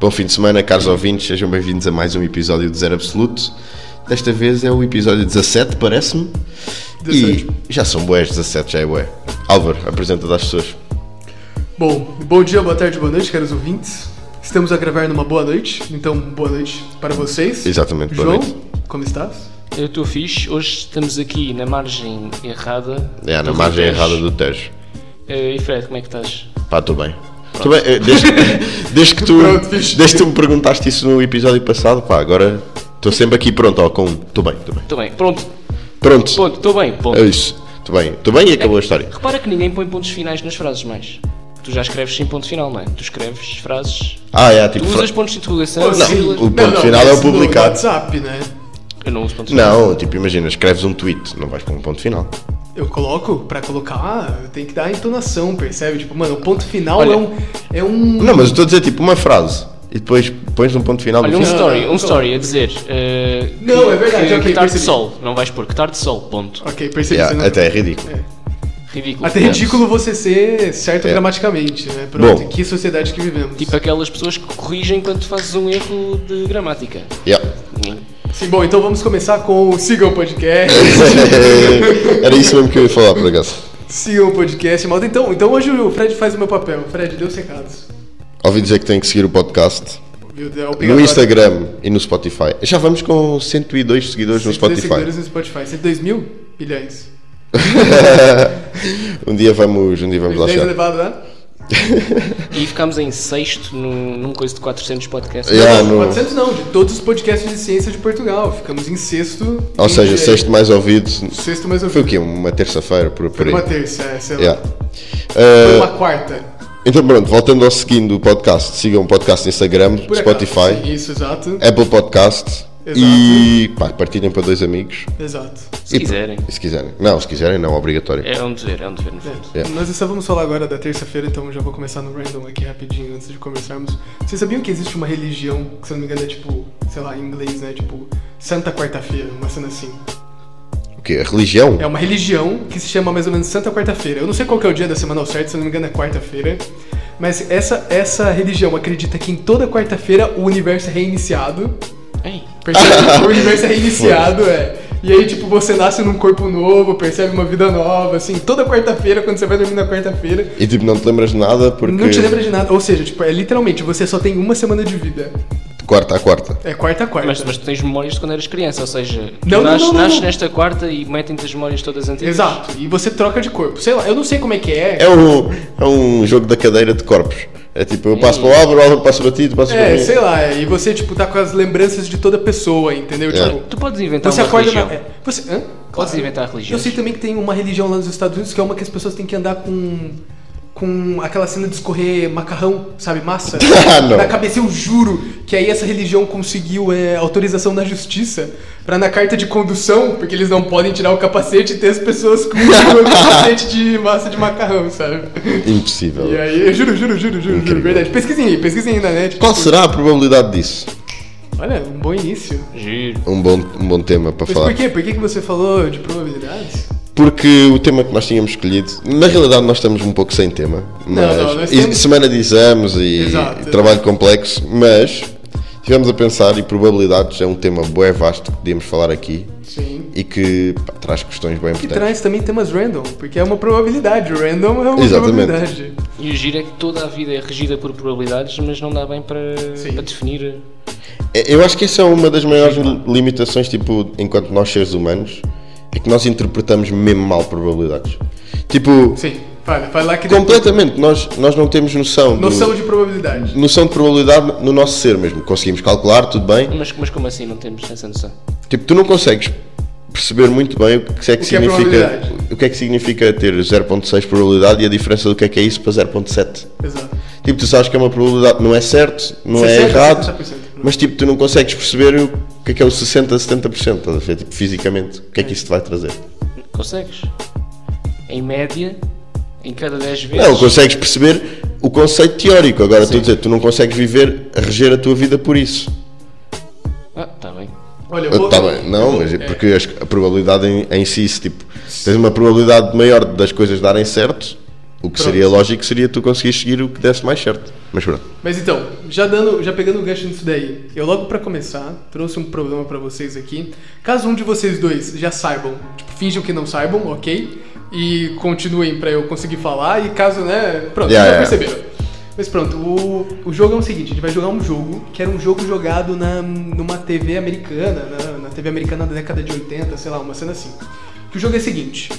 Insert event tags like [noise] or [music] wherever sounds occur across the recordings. Bom fim de semana, caros ouvintes, sejam bem-vindos a mais um episódio de Zero Absoluto. Desta vez é o episódio 17, parece-me. E 16. já são boés 17, já é bué. Álvaro, apresenta-te às pessoas. Bom, bom dia, boa tarde, boa noite, caros ouvintes. Estamos a gravar numa boa noite, então boa noite para vocês. Exatamente, boa João, noite. como estás? Eu estou fixe, hoje estamos aqui na margem errada. É, na do margem Tejo. errada do Tejo. Eh, E Fred, como é que estás? Pá, estou bem. Tô bem. eh, Desde, [laughs] desde que tu, Pronto, fixe. desde que tu me perguntaste isso no episódio passado, pá, agora estou sempre aqui pronto, ó, com. Estou bem, estou bem. Estou bem, pronto, Pronto, ponto, estou bem, ponto. é isso. Estou bem, estou bem e acabou a história. Repara que ninguém põe pontos finais nas frases mais. Tu já escreves sem ponto final, não é? Tu escreves frases. Ah, é, Tu tipo. fra- usas pontos de interrogação, Ou seja, vírgulas. o ponto final é o esse no publicado. WhatsApp, né? Eu não uso pontos Não, tipo, imagina, escreves um tweet, não vais pôr um ponto final. Eu coloco pra colocar, eu tenho que dar a entonação, percebe? Tipo, mano, o ponto final Olha. é um. É um... Não, mas eu estou a dizer tipo uma frase e depois pões um ponto final Olha, no um fim. story, não, um não. story a dizer. eh, Não, que- é verdade, Que, ok, que tarde de percebi. sol, não vais pôr que tarde de sol, ponto. Ok, percebi. Yeah, você não- até é ridículo. Ridículo. Até é ridículo você ser certo É. gramaticamente, né? Pronto, Bom. que sociedade que vivemos. Tipo aquelas pessoas que corrigem quando tu fazes um erro de gramática. Yeah. Sim, bom, então vamos começar com o Siga o Podcast. [laughs] Era isso mesmo que eu ia falar, por acaso. Siga o podcast, malta. Então, então hoje o Fred faz o meu papel. Fred, deu os recados. Ouvi dizer que tem que seguir o podcast Meu Deus, é no obrigatório. Instagram e no Spotify. Já vamos com 102 seguidores no 102 Spotify. seguidores no Spotify. 102 mil bilhões. [laughs] um dia vamos, um dia vamos lá 10 chegar. elevado, né? E ficámos em sexto num, num coisa de 400 podcasts. Yeah, não, É, no- 400 não, de todos os podcasts de ciência de Portugal. Ficamos em sexto. Ou em- seja, é, sexto mais ouvido. Sexto mais ou Foi o quê? Uma terça-feira por, por Foi aí. uma terça, é, sei lá. Yeah. Foi Ah, uma quarta. então pronto, voltando ao seguindo o podcast, sigam o podcast no Instagram, Por acaso. Spotify. Sim, isso, exato. Apple Podcast Exato. e pá, partilhem para dois amigos. Exato. Se E- quiserem. Se quiserem. Não, se quiserem não, obrigatório. É um dever, é um dever no fundo. Yeah. Nós só vamos falar agora da terça-feira, então já vou começar no random aqui rapidinho antes de conversarmos. Vocês sabiam que existe uma religião, que se eu não me engano é tipo, sei lá, em inglês, né? Tipo, Santa Quarta-feira, uma cena assim. O quê? A religião? É uma religião que se chama mais ou menos Santa Quarta-feira. Eu não sei qual que é o dia da semana ao certo, se eu não me engano é quarta-feira. Mas essa, essa religião acredita que em toda quarta-feira o universo é reiniciado. Ei, Percebe? o universo é reiniciado, é. E aí, tipo, você nasce num corpo novo, percebe uma vida nova, assim, toda quarta-feira, quando você vai dormir na quarta-feira, E tipo, não te lembras de nada porque. um- Não te lembra de nada. Ou seja, tipo, é literalmente, você só tem uma semana de vida. de quarta a quarta. É quarta a quarta. mas, mas tu tens memórias de quando eras criança, ou seja, tu Não, não, nasces, não, não, nasces não. nesta quarta e metem-te as memórias todas antigas. Exato. E você troca de corpo. Sei lá, eu não sei como é que é. É um, é um jogo da cadeira de corpos. É tipo, eu passo Hum. para o Álvaro, o Álvaro passa para ti, tu passas para É, mim. sei lá. E você, tipo, tá com as lembranças de toda pessoa, entendeu? É. Tipo, Tu podes inventar você Então, uma acorda religião. na. é, Você. Hã? Podes Claro. inventar religiões. Eu sei também que tem uma religião lá nos Estados Unidos que é uma que as pessoas têm que andar com. Com aquela cena de escorrer macarrão, sabe, massa, [laughs] Ah, não. na cabeça, eu juro que aí essa religião conseguiu é, autorização da justiça pra na carta de condução, porque eles não podem tirar o capacete e ter as pessoas com o [laughs] capacete de massa de macarrão, sabe? Impossível. E aí, eu juro, juro, juro, juro, juro, Incrível. verdade. Pesquisem aí, pesquisem aí na net. Qual será a probabilidade disso? Olha, um bom início. Giro. Um bom, um bom tema para Mas falar. por quê? Por que, que você falou de probabilidades? Porque o tema que nós tínhamos escolhido, na realidade nós estamos um pouco sem tema, mas não, nós e temos- semana de exames e, Exato, e exato. trabalho complexo, mas estivemos a pensar e probabilidades é um tema bué vasto que podíamos falar aqui Sim. e que pá, traz questões bem E importantes. traz também temas random, porque é uma probabilidade. Random é uma Exatamente. probabilidade. E o giro é que toda a vida é regida por probabilidades, mas não dá bem para, Sim. para definir. É, Eu acho que essa é uma das maiores li- limitações, tipo, enquanto nós seres humanos, é que nós interpretamos mesmo mal probabilidades. Tipo, Sim, fala, fala que completamente, nós, nós não temos noção, do- Noção de probabilidade. noção de probabilidade no nosso ser mesmo. Conseguimos calcular, tudo bem, Mas, mas como assim não temos essa noção? Tipo, tu não consegues perceber muito bem o que é que, O que é significa probabilidade? o que é que significa ter 0.6 probabilidade e a diferença do que é que é isso para 0.7. Exato. Tipo, tu sabes que é uma probabilidade, não é certo, não é 60, errado, 70%. mas tipo, tu não consegues perceber o que é que é o 60, 70%, estás a ver? Tipo, fisicamente, o que é que isso te vai trazer? Consegues? Em média, em cada 10 vezes. Não, consegues perceber o conceito teórico. Agora, estou a dizer, tu não consegues viver, a reger a tua vida por isso. Ah, tá bem. Olha, eu vou... Está Ah, bem, não, mas é porque as- a probabilidade em, em si, se, tipo, tens uma probabilidade maior das coisas darem certo O que Pronto. seria lógico seria tu conseguir seguir o que desse mais certo. Mas pronto. Mas então, já dando, já pegando o gancho nisso daí, eu logo pra começar trouxe um problema pra vocês aqui. Caso um de vocês dois já saibam, tipo, finjam que não saibam, ok? E continuem pra eu conseguir falar. E caso, né? Pronto, Yeah, já yeah. perceberam. Mas pronto, o, o jogo é o seguinte: a gente vai jogar um jogo que era um jogo jogado na, numa TV americana, na, na TV americana da década de 80, sei lá, uma cena assim. Que o jogo é o seguinte: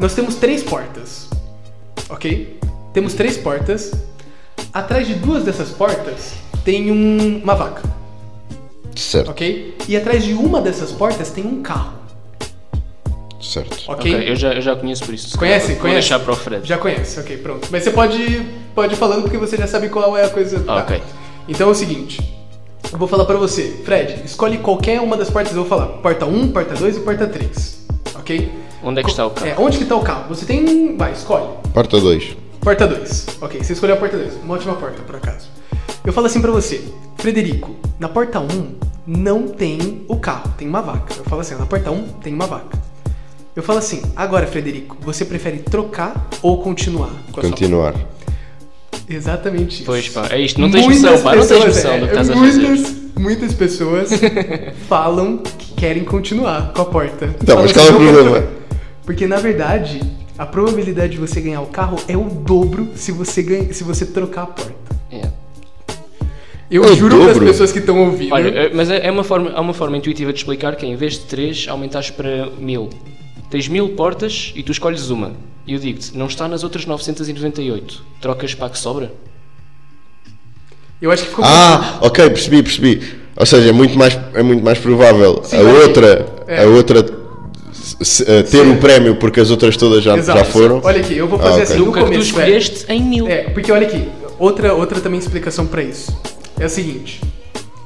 nós temos três portas ok? Temos três portas. Atrás de duas dessas portas tem um- uma vaca, Certo. ok? E atrás de uma dessas portas tem um carro, Certo. ok? Ok, eu já, eu já conheço por isso. Conhece? Vou conhece? deixar para o Fred. Já conhece, ok, pronto. Mas você pode, pode ir falando porque você já sabe qual é a coisa. Tá. Ok. Então é o seguinte. Eu vou falar pra você. Fred, escolhe qualquer uma das portas. Eu vou falar porta 1, porta 2 e porta 3, ok? Onde é que está o carro? É, onde que tá o carro? Você tem... Vai, escolhe. Porta 2. Porta 2. Ok, você escolheu a porta 2. Uma ótima porta, por acaso. Eu falo assim pra você, Frederico, na porta 1 um, não tem o carro, tem uma vaca. Eu falo assim, na porta 1 um, tem uma vaca. Eu falo assim, agora, Frederico, você prefere trocar ou continuar? com a sua- Continuar. Exatamente isso. Pois pá, é isto. Não tens Muitas noção, pá. Não tens pessoas, noção do que tá é, estás a fazer. muitas, muitas [laughs] pessoas falam que querem continuar com a porta. Então, mas Falam qual é o assim, "Não quero problema?" trocar. Porque na verdade, a probabilidade de você ganhar o carro é o dobro se você, ganha, se você trocar a porta. É. Eu É o juro para as dobro? pessoas que estão ouvindo. Olha, é- mas é é uma forma, há uma forma intuitiva de explicar que em vez de 3 aumentares para 1000. Tens 1000 portas e tu escolhes uma. E eu digo-te, não está nas outras 998. Trocas para a que sobra? eu acho que ficou Ah, ok, percebi, percebi. Ou seja, é muito mais, é muito mais provável Sim, a mas- outra, é. a outra se- eh, ter o prémio porque as outras todas já, Exato. já foram. Olha aqui, eu vou fazer Ah, ok. assim, Do No que é que tu começo, é. escolheste em 1000. É, porque olha aqui, outra, outra também explicação pra isso. É o seguinte,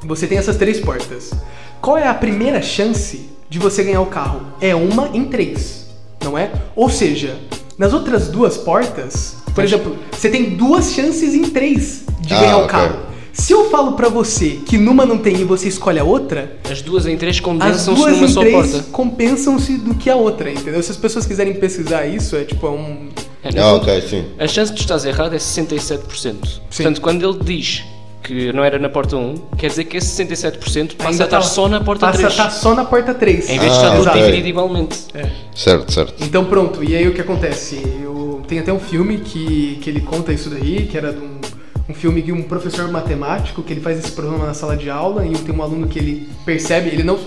você tem essas três portas. Qual é a primeira chance de você ganhar o carro? É uma em três, não é? Ou seja, nas outras duas portas, por exemplo, você tem duas chances em três de Ah, ganhar o ok. carro. Se eu falo pra você que numa não tem e você escolhe a outra, As duas em 3 as condensam-se duas numa em só três porta. compensam-se do que a outra, entendeu? Se as pessoas quiserem pesquisar isso, é tipo é um É, no Ah, fundo, ok, sim. A chance de tu estás errado é 67%. Sim. Portanto, quando ele diz que não era na porta 1, quer dizer que esse 67% passa Ainda a estar tá- só na porta passa 3. a estar só na porta 3. Em vez de Ah, estar tudo ok. dividido igualmente. Certo, certo. Então pronto, e aí o que acontece? Eu, tem até um filme que, que ele conta isso daí, que era de um, um filme de um professor matemático, que ele faz esse problema na sala de aula, e tem um aluno que ele percebe, ele não,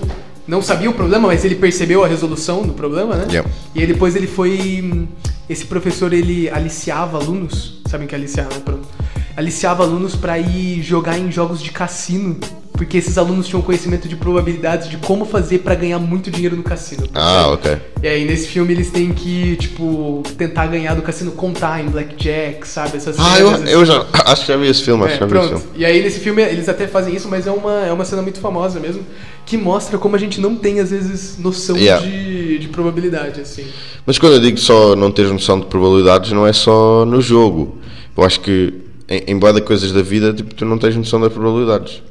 não sabia o problema, mas ele percebeu a resolução do problema, né? Yeah. E aí depois ele foi. hum, Esse professor ele aliciava alunos, sabem o que é aliciar, né? Pronto. Aliciava alunos pra ir jogar em jogos de cassino. Porque esses alunos tinham conhecimento de probabilidades de como fazer pra ganhar muito dinheiro no cassino. Ah, ok. E aí, nesse filme, eles têm que, tipo, tentar ganhar do cassino contar em Blackjack, sabe? Essas Ah, eu, cenas, assim. eu já acho que já vi esse filme, acho É, que já vi esse pronto. filme. E aí, nesse filme, eles até fazem isso, mas é uma, é uma cena muito famosa mesmo, que mostra como a gente não tem, às vezes, noção Yeah. de, de probabilidade, assim. Mas quando eu digo só não teres noção de probabilidades, não é só no jogo. Eu acho que em, em bué de coisas da vida, tipo, tu não tens noção das probabilidades.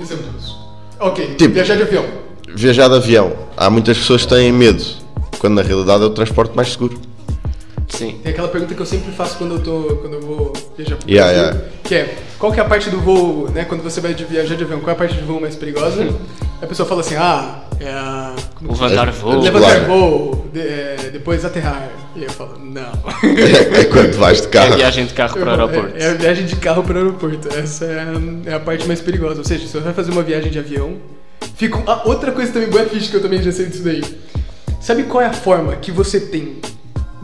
Exemplos. Ok, Tipo- viajar de avião. Viajar de avião, há muitas pessoas que têm medo, quando na realidade é o transporte mais seguro. [laughs] Sim. Tem aquela pergunta que eu sempre faço quando eu, tô, quando eu vou viajar pro Yeah, Brasil, yeah. que é, qual que é a parte do voo, né, quando você vai de viajar de avião, qual é a parte do voo mais perigosa? [laughs] a pessoa fala assim, ah, é a... como que Levantar É- voo. Levantar Claro. voo, de- é, depois aterrar. E eu falo, não. É, é quando vais de É carro. viagem de carro para o aeroporto. É, é a viagem de carro para o aeroporto. Essa é a, é a parte mais perigosa. Ou seja, se você vai fazer uma viagem de avião, fica. Ah, outra coisa também boa ficha que eu também já sei disso daí. Sabe qual é a forma que você tem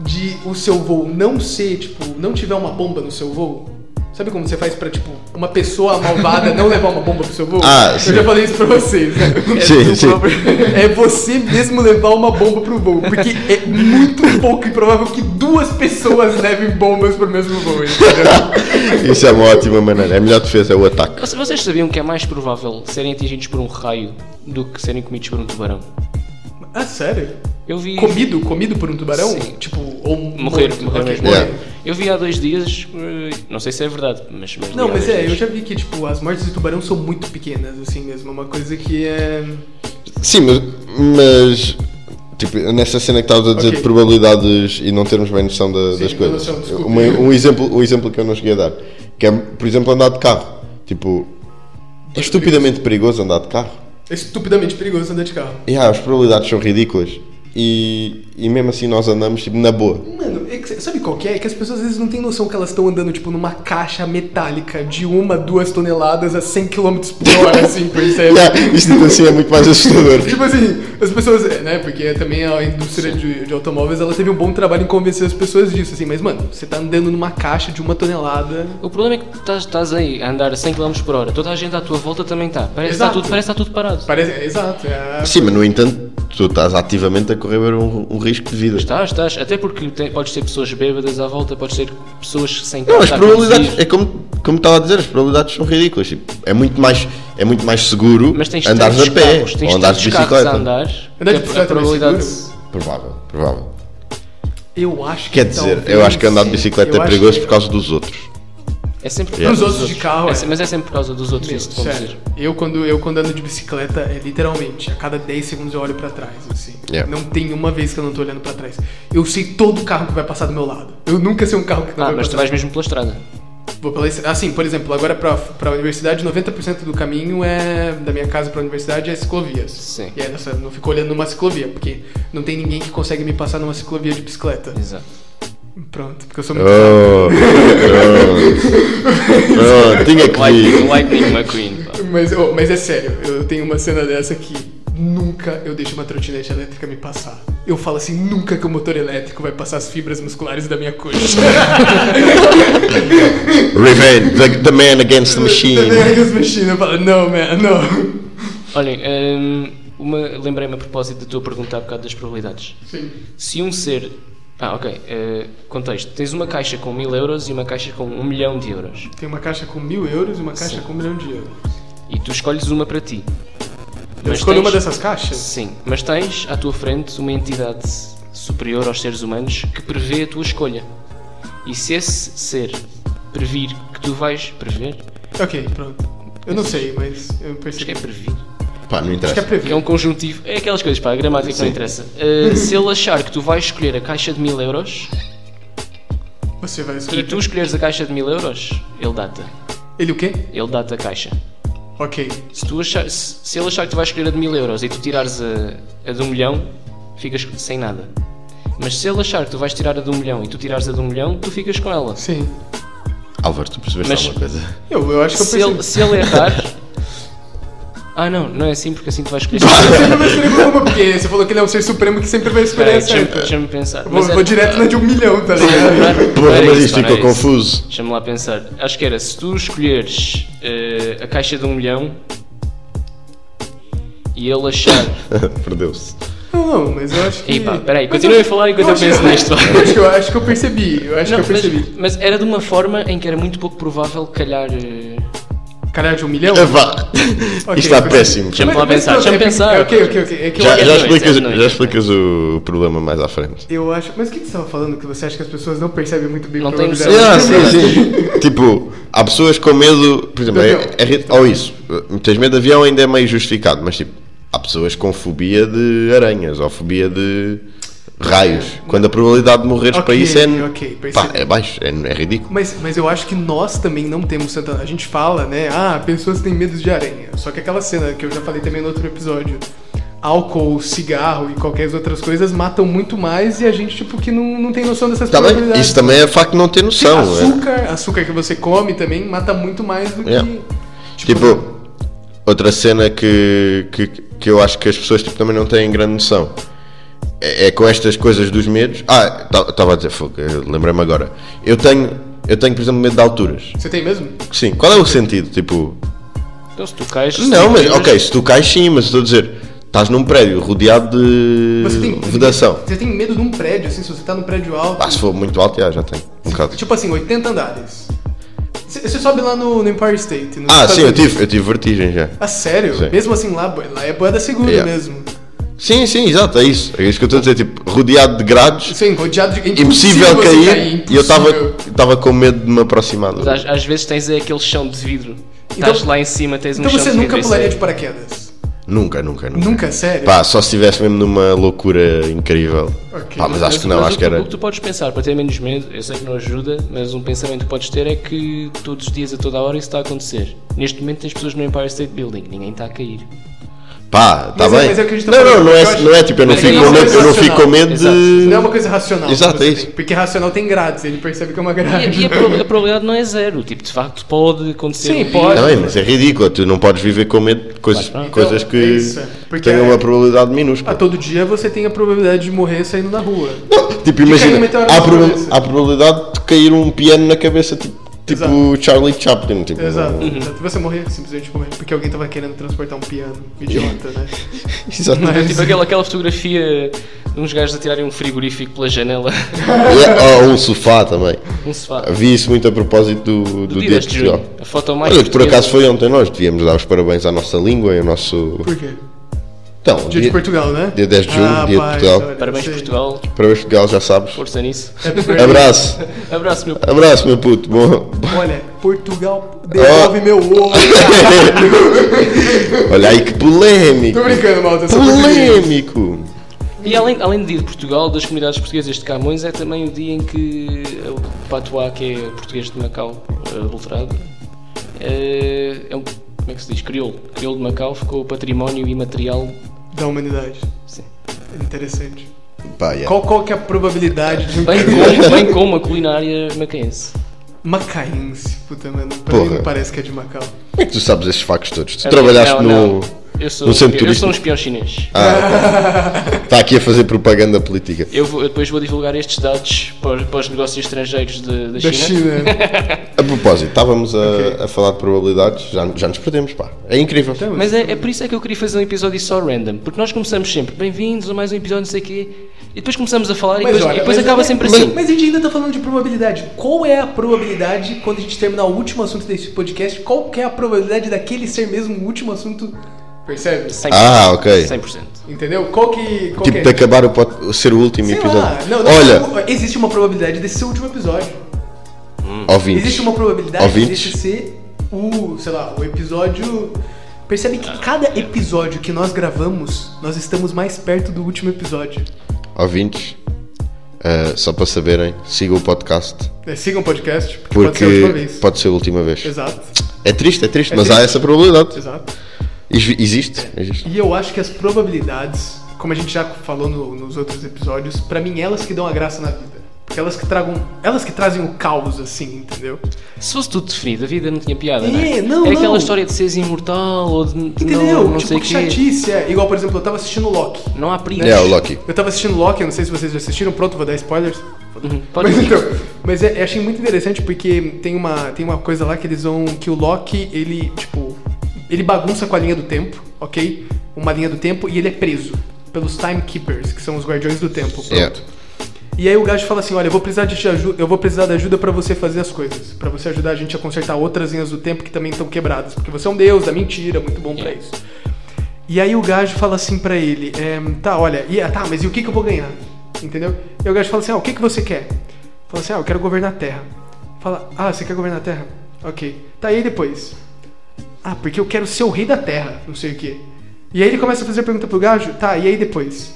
de o seu voo não ser, tipo, não tiver uma bomba no seu voo? Sabe como você faz pra, tipo, uma pessoa malvada não levar uma bomba pro seu voo? Ah, Eu sim. já falei isso pra vocês. né? É Sim, do sim. próprio- é você mesmo levar uma bomba pro voo, porque é muito pouco improvável que duas pessoas levem bombas pro mesmo voo, entendeu? Isso é uma ótima maneira. A melhor defesa é o ataque. Vocês- Vocês sabiam que é mais provável serem atingidos por um raio do que serem comidos por um tubarão? Ah, sério? Eu vi. Comido? Comido por um tubarão? Sim. Tipo, ou Morrer, morto? morrer Ok, mesmo. morrer. Yeah. Eu vi há dois dias, eh, não sei se é verdade, mas. mas Não, li há mas dois é, eu dias. já vi que, tipo, as mortes de tubarão são muito pequenas, assim mesmo. É uma coisa que é. Sim, mas, mas Tipo, nessa cena que estavas a dizer Ok. de probabilidades e não termos bem noção da- Sim, das não coisas. noção, desculpa. Uma- um, exemplo, um exemplo que eu não cheguei a dar, que é, por exemplo, andar de carro. Tipo, é estupidamente perigoso andar de carro. É estupidamente perigoso andar de carro. E, ah, as probabilidades são ridículas. E, e mesmo assim nós andamos tipo, na boa. Mano, é que- sabe qual que é? É que as pessoas às vezes não têm noção que elas estão andando, tipo, numa caixa metálica de uma, duas toneladas a 100 km por hora, assim, percebe? [laughs] Yeah, isto assim é muito mais assustador. Tipo assim, as pessoas, é, né? Porque também a indústria de, de automóveis ela teve um bom trabalho em convencer as pessoas disso, assim, mas mano, você tá andando numa caixa de uma tonelada. O problema é que estás, estás aí a andar a 100 km por hora, toda a gente à tua volta também está. Parece que está Exato. tudo, parece que está tudo parado. Parece. É, exato. É, Sim, mas no entanto, tu estás ativamente a correr um, um risco de vida. Estás, estás. Até porque tem, podes ter pessoas bêbadas à volta, podes ter pessoas sem Não, as a probabilidades, conduzir. é como, como estava a dizer, as probabilidades são ridículas. tipo, é, muito mais, é muito mais seguro Mas tens andares a tantos pé carros, tens ou andares de tantos carros bicicleta. a andar. que de a- bicicleta a é probabilidade. seguro? Provável, provável. eu acho que. Quer dizer, eu talvez- acho que andar de bicicleta Então, eu é acho perigoso que- por causa dos outros. É sempre por Yeah. causa Os dos outros de carro, É é. se- mas é sempre por causa dos outros Meu, isso de conduzir. sério, eu quando, eu quando ando de bicicleta, é literalmente, a cada 10 segundos eu olho pra trás, assim. Yeah. Não tem uma vez que eu não tô olhando pra trás. Eu sei todo carro que vai passar do meu lado. Eu nunca sei um carro que não Ah, vai mas tu passar. vais mesmo pela estrada. Vou pela, assim, por exemplo, agora pra, pra universidade, 90% do caminho é da minha casa pra universidade é ciclovias. Sim. E aí nessa, não fico olhando numa ciclovia, porque não tem ninguém que consegue me passar numa ciclovia de bicicleta. Exato. Pronto, porque eu sou Oh, muito. [laughs] oh, oh, tinha que Lightning, vir. Lightning McQueen. pá. Mas, ô, mas é sério, eu tenho uma cena dessa que nunca eu deixo uma trotinete elétrica me passar. Eu falo assim, nunca que o motor elétrico vai passar as fibras musculares da minha coxa. Revenge, the, the man against the né? machine. As machines, eu falo, não, man, não. Olhem, hum, uma, lembrei-me a propósito da tua pergunta há bocado das probabilidades. Sim. Se um ser. Ah, ok. eh, contexto. Tens uma caixa com 1000 euros e uma caixa com 1 milhão de euros. Tem uma caixa com mil euros e uma caixa Sim. com um milhão de euros. E tu escolhes uma para ti. Eu Mas escolho tens- uma dessas caixas? Sim, mas tens à tua frente uma entidade superior aos seres humanos que prevê a tua escolha. E se esse ser previr que tu vais prever, Ok, pronto. Eu não sei, mas eu acho que percebi. é prever, Pá, não Acho que é interessa. que é previsto. um conjuntivo, é aquelas coisas, pá, a gramática não interessa. Uh, se ele achar que tu vais escolher a caixa de mil euros Você vai e escolher. tu escolheres a caixa de mil euros, ele data. Ele o quê? Ele data a caixa. Ok. Se, tu achar, se, se ele achar que tu vais escolher a de mil euros e tu tirares a, a de um milhão, ficas sem nada. Mas se ele achar que tu vais tirar a de um milhão e tu tirares a de um milhão, tu ficas com ela. Sim. Álvaro, tu percebeste Mas- alguma coisa? Eu, eu acho que eu Se ele, percebi. [laughs] se ele errar. Ah, não, não é assim, porque assim tu vais escolher. Você sempre vai escolher por uma, porque você falou que ele é um ser supremo que sempre vai escolher Espera aí, a deixa-me certa. deixa-me pensar. é Vou, É, tipo, Mas é- era- vou direto na de um milhão, tá [laughs] ligado? não Porra, era mas isso, isto não era ficou isso. confuso. [laughs] Deixa-me lá pensar. Acho que era se tu escolheres eh, a caixa de um milhão e ele achar. Perdeu-se. Não, não, mas eu acho que. Ei, pá, peraí, Mas continue a falar enquanto eu acho- penso nisto, vá. Eu acho, que- eu acho que eu percebi, eu acho Não, que eu percebi. mas, mas era de uma forma em que era muito pouco provável calhar. eh, Caralho, de um milhão? Ah, vá. Ok, Isto está percebi. péssimo. Deixa-me Mas- lá mas pensar, pronto, deixa-me é porque- pensar. é Ok, ok, ok. É que eu Já, acho- já É de noite, explicas, é de noite. já explicas o problema mais à frente. Eu acho. Mas o que que você tava falando que você acha que as pessoas não percebem muito bem Não o tem problema noção. dela? Yeah, Ah, sim, sim. tipo, há pessoas com medo, por exemplo, é, Do avião. é ri- ou isso, tens medo de avião ainda é meio justificado, mas tipo, há pessoas com fobia de aranhas ou fobia de raios, quando a probabilidade de morreres Ok, para isso é, ok, pá, percebi. é baixo, é, é ridículo. Mas, mas eu acho que nós também não temos tanta. A gente fala, né? Ah, pessoas têm medo de aranha. Só que aquela cena que eu já falei também no outro episódio. Álcool, cigarro e qualquer outras coisas matam muito mais e a gente, tipo, que não, não tem noção dessas Tá bem, probabilidades. isso também é facto de não ter noção. é. açúcar, açúcar que você come também mata muito mais do que. Yeah. Tipo, outra cena que, que, que eu acho que as pessoas tipo, também não têm grande noção é, é com estas coisas dos medos. Ah, estava a dizer, fogo, eu lembrei-me agora. Eu tenho, eu tenho, por exemplo, medo de alturas. Você tem mesmo? Sim, qual é o sentido? Tipo, Então se tu cais. se não, tu mas caíres- ok, se tu cais sim, mas estou a dizer, estás num prédio rodeado de Você tem, vedação. Você tem medo de um prédio, assim, se você tá num prédio alto. Ah, se for muito alto, já, já tenho. Um bocado. Tipo assim, 80 andares. Você você sobe lá no, no Empire State. nos Ah, Estados sim, eu Unidos. tive, eu tive vertigem já. Ah, sério? Sim. Mesmo assim, lá, lá é boeda segura Yeah. mesmo. Sim, sim, exato, é isso. É isso que eu estou a dizer, tipo, rodeado de grades. Sim, rodeado de... é impossível você cair, e eu estava impossível. tava com medo de me aproximar. Mas Às, às vezes tens é aquele chão de vidro. Então- Estás lá em cima, tens um Então chão você de vidro. nunca isso pularia é- de paraquedas? Nunca, nunca, nunca. Nunca, sério? Pá, só se estivesse mesmo numa loucura incrível. Ok. Pá, mas acho que não, mas acho tipo o, que era. o que tu podes pensar para ter menos medo, eu sei que não ajuda, mas um pensamento que podes ter é que todos os dias, a toda hora, isso está a acontecer. Neste momento tens pessoas no Empire State Building, ninguém está a cair. Pá, tá Mas é- bem. mas é o que a gente tá não, não, falando, não eu é, acho- não é tipo, eu não, Mas fico, isso com é medo, eu não fico com medo Exato, de. Não é uma coisa racional. Exato, você é tem- isso. Porque racional tem grades, ele percebe que é uma grade. E, e a, prob- a probabilidade não é zero, tipo, de facto pode acontecer. Sim, um dia. pode. Tá bem, mas é ridículo, tu não podes viver com medo de coisas, Claro que não. coisas Não, que é isso, porque tenham é- uma probabilidade [laughs] Ah, minúscula. todo dia você tem a probabilidade de morrer saindo na rua. [laughs] Tipo, cair um imagina, meteoro há, na proba- cabeça. há probabilidade de cair um piano na cabeça, tipo, tipo Exato. Charlie Chaplin. Tipo, Exato. não- exato. Você morrer, simplesmente morrer. Porque alguém tava querendo transportar um piano. Idiota, [laughs] né? [laughs] Exato. Mas- Tipo aquela, aquela fotografia de uns gajos a tirarem um frigorífico pela janela. [laughs] É, ou um sofá também. um sofá. Vi isso muito a propósito do, do dia de deste Portugal. A foto mais. Olha, que por portuguesa. acaso foi ontem nós, devíamos dar os parabéns à nossa língua e ao nosso. Por quê? Então, Dia de Portugal, né? dia 10 de junho, dia de paz, Portugal. É olha, Parabéns, sei. É Portugal. Parabéns, Portugal, já sabes. Força nisso. [laughs] Abraço, Abraço, meu p. abraço, meu puto. [laughs] Bom. Olha, Portugal devolve [laughs] meu ovo. Olha aí que polémico. Tô brincando, malta. só português. Polémico. E além, além do dia de Portugal, das comunidades portuguesas de Camões, é também o dia em que eh, o patuá, que é português de Macau, eh, adulterado, eh, é um. Como é que se diz? Crioulo. Crioulo de Macau ficou património imaterial. Da humanidade. Sim. Interessante. Pá, yeah. Qual, qual que é a probabilidade de um Bem como, bem como a culinária macaense. Macaense, puta, mano. Pra Porra. mim não parece que é de Macau. Como é que tu sabes esses factos todos? Tu Ah, trabalhaste não, no. não. Eu sou, no centro eu turístico. Ah. sou um espião chinês. Está Tá aqui a fazer propaganda política. Eu, vou- eu depois vou divulgar estes dados para, para os negócios estrangeiros de- da, Da China. [laughs] China. A propósito, estávamos a, a falar de probabilidades, já, já nos perdemos, pá. É incrível. Mas é, é por isso é que eu queria fazer um episódio só random. Porque nós começamos sempre, bem-vindos a mais um episódio, não sei o quê. E depois começamos a falar e depois, e depois mas- acaba sempre mas- assim. Mas a gente ainda tá falando de probabilidade. Qual é a probabilidade, quando a gente terminar o último assunto desse podcast, qual que é a probabilidade daquele ser mesmo o último assunto? Percebe? 100%. Ah, ok. 100%. Entendeu? Qual que. Qual que Tipo, é? de acabar o pod- ser o último Sei episódio. lá. Não, não, Olha, não, existe uma probabilidade desse ser o último episódio. ouvintes. Hum. Existe uma probabilidade Ouvintes. desse ser o, sei lá, o episódio. Percebe que cada episódio que nós gravamos, nós estamos mais perto do último episódio. Ouvintes, ah, só para saberem, sigam o podcast. É, sigam o podcast, porque, pode ser a última Porque vez. pode ser a última vez. Exato, É triste, é triste, É mas há triste. essa probabilidade. exato. Ex- Existe, existe. E eu acho que as probabilidades, como a gente já falou no- nos outros episódios, pra mim elas que dão a graça na vida. Porque elas que tragam. Elas que trazem o caos, assim, entendeu? Se fosse tudo definido, a vida não tinha piada, não É, é? não, é aquela não. história de seres imortal ou de de Entendeu? não, não tipo, sei o que quê. chatice é. Igual, por exemplo, eu tava assistindo Loki. Não há perigo. É, o Loki. Eu tava assistindo Loki, eu não sei se vocês já assistiram, pronto, vou dar spoilers. Uhum, pode Mas ir. então, mas é, eu achei muito interessante porque tem uma, tem uma coisa lá que eles vão. que o Loki, ele, tipo, ele bagunça com a linha do tempo, ok? Uma linha do tempo e ele é preso pelos Timekeepers, que são os guardiões do tempo. Pronto. Yeah. E aí o gajo fala assim: "Olha, eu vou precisar de te aju- eu vou precisar de ajuda pra você fazer as coisas, Pra você ajudar a gente a consertar outras linhas do tempo que também estão quebradas, porque você é um deus da mentira, muito bom É. pra isso". E aí o gajo fala assim pra ele: ehm, "Tá, olha, e, ah, tá, mas e o que que eu vou ganhar?" Entendeu? E o gajo fala assim: "Ah, o que que você quer?" Fala assim: "Ah, eu quero governar a Terra". Fala: "Ah, você quer governar a Terra?" OK. Tá e aí depois. Ah, porque eu quero ser o rei da terra, não sei o quê. E aí ele começa a fazer pergunta pro gajo, tá, e aí depois?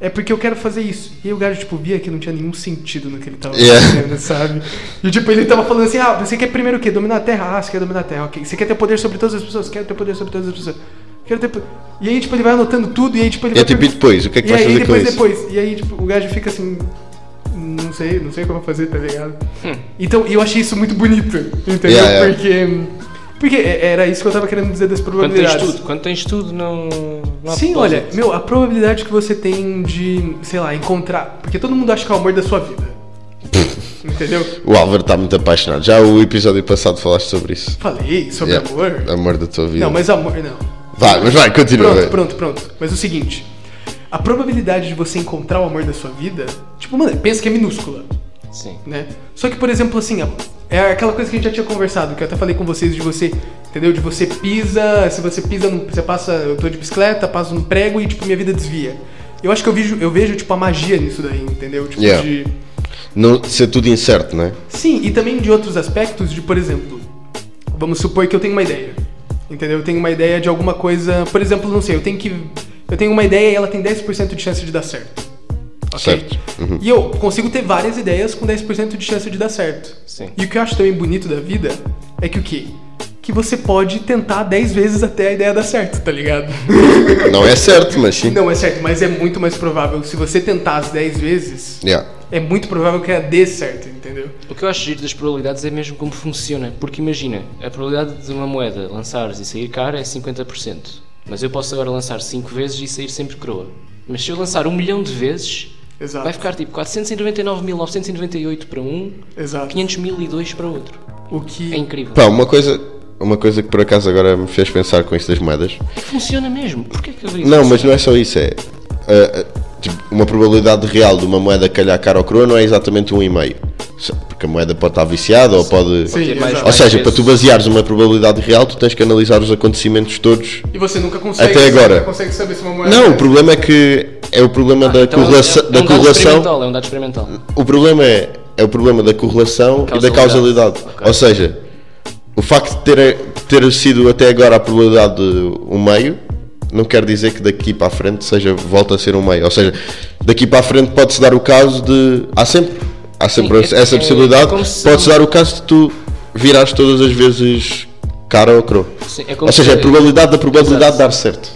É porque eu quero fazer isso. E aí o gajo, tipo, via que não tinha nenhum sentido no que ele tava Yeah. fazendo, sabe? E tipo, ele tava falando assim, ah, você quer primeiro o quê? Dominar a terra? Ah, você quer dominar a terra, ok. Você quer ter poder sobre todas as pessoas? Quero ter poder sobre todas as pessoas. Quero ter po- E aí, tipo, ele vai anotando tudo e aí, tipo, ele E é vai... tipo, e perguntando- depois? O que é que e vais aí fazer com depois, isso? depois. E aí, tipo, o gajo fica assim. Não sei, não sei como fazer, tá ligado? Então, eu achei isso muito bonito, entendeu? Yeah, yeah. Porque. Porque é- era isso que eu tava querendo dizer das Quando tens probabilidades. tudo, quando tens tudo, não, não há Sim, propósito. olha, meu, a probabilidade que você tem de, sei lá, encontrar. Porque todo mundo acha que é o amor da sua vida. [laughs] entendeu? O Álvaro está muito apaixonado. Já o episódio passado falaste sobre isso. Falei sobre Yeah. É amor. Amor da tua vida. Não, mas amor, não. Vai, mas vai, continua. Pronto, vai. pronto, pronto. Mas o seguinte, a probabilidade de você encontrar o amor da sua vida, tipo, mano, pensa que é minúscula, Sim. né? Só que, por exemplo, assim, ó, é aquela coisa que a gente já tinha conversado, que eu até falei com vocês de você, entendeu? De você pisa, se você pisa, num- você passa, eu tô de bicicleta, passo num prego e, tipo, minha vida desvia. Eu acho que eu vejo, eu vejo tipo, a magia nisso daí, entendeu? Tipo, Yeah. de... Não, ser tudo incerto, não é? Sim, e também de outros aspectos, de, por exemplo, vamos supor que eu tenho uma ideia. Entendeu? Eu tenho uma ideia de alguma coisa. Por exemplo, não sei, eu tenho que. Eu tenho uma ideia e ela tem 10% de chance de dar certo. Ok? Certo. Uhum. E eu consigo ter várias ideias com 10% de chance de dar certo. Sim. E o que eu acho também bonito da vida é que o quê? Que você pode tentar 10 vezes até a ideia dar certo, tá ligado? Não é certo, mas sim. não é certo, mas é muito mais provável. Se você tentar as 10 vezes, Yeah. é muito provável que ela dê certo, entendeu? O que eu acho giro das probabilidades é mesmo como funciona. Porque imagina, a probabilidade de uma moeda lançares e sair cara é 50%. Mas eu posso agora lançar 5 vezes e sair sempre croa. Mas se eu lançar um milhão de vezes, Exato. vai ficar tipo 499.998 para um, Exato. 500.002 para outro. O que. É incrível. Pá, uma coisa, uma coisa que por acaso agora me fez pensar com isso das moedas. Funciona mesmo. Porquê que eu vi Não, mas não é só isso, é. ah, ah, tipo, uma probabilidade real de uma moeda calhar cara ou coroa não é exatamente 1,5. Só- Porque a moeda pode estar viciada ou pode. Sim, exato. Ou seja, para é vezes. tu baseares uma probabilidade real, tu tens que analisar os acontecimentos todos. E você nunca consegue. Até você agora. nunca consegue saber se uma moeda. Não, o problema é que é o problema da Então, é- correlação. é um da dado correlação experimental, É um dado experimental. o problema é, é o problema da correlação e da Causalidade. causalidade. Ok. Ou seja, o facto de ter, ter sido até agora a probabilidade de um meio não quer dizer que daqui para a frente seja volta a ser um meio. Ou seja, daqui para a frente pode-se dar o caso de. Há sempre, há sempre Sim, é- essa é possibilidade. como se- Pode-se dar o caso de tu virares todas as vezes cara ou cro. Sim, é como Ou seja, se- é a probabilidade da probabilidade de dar certo.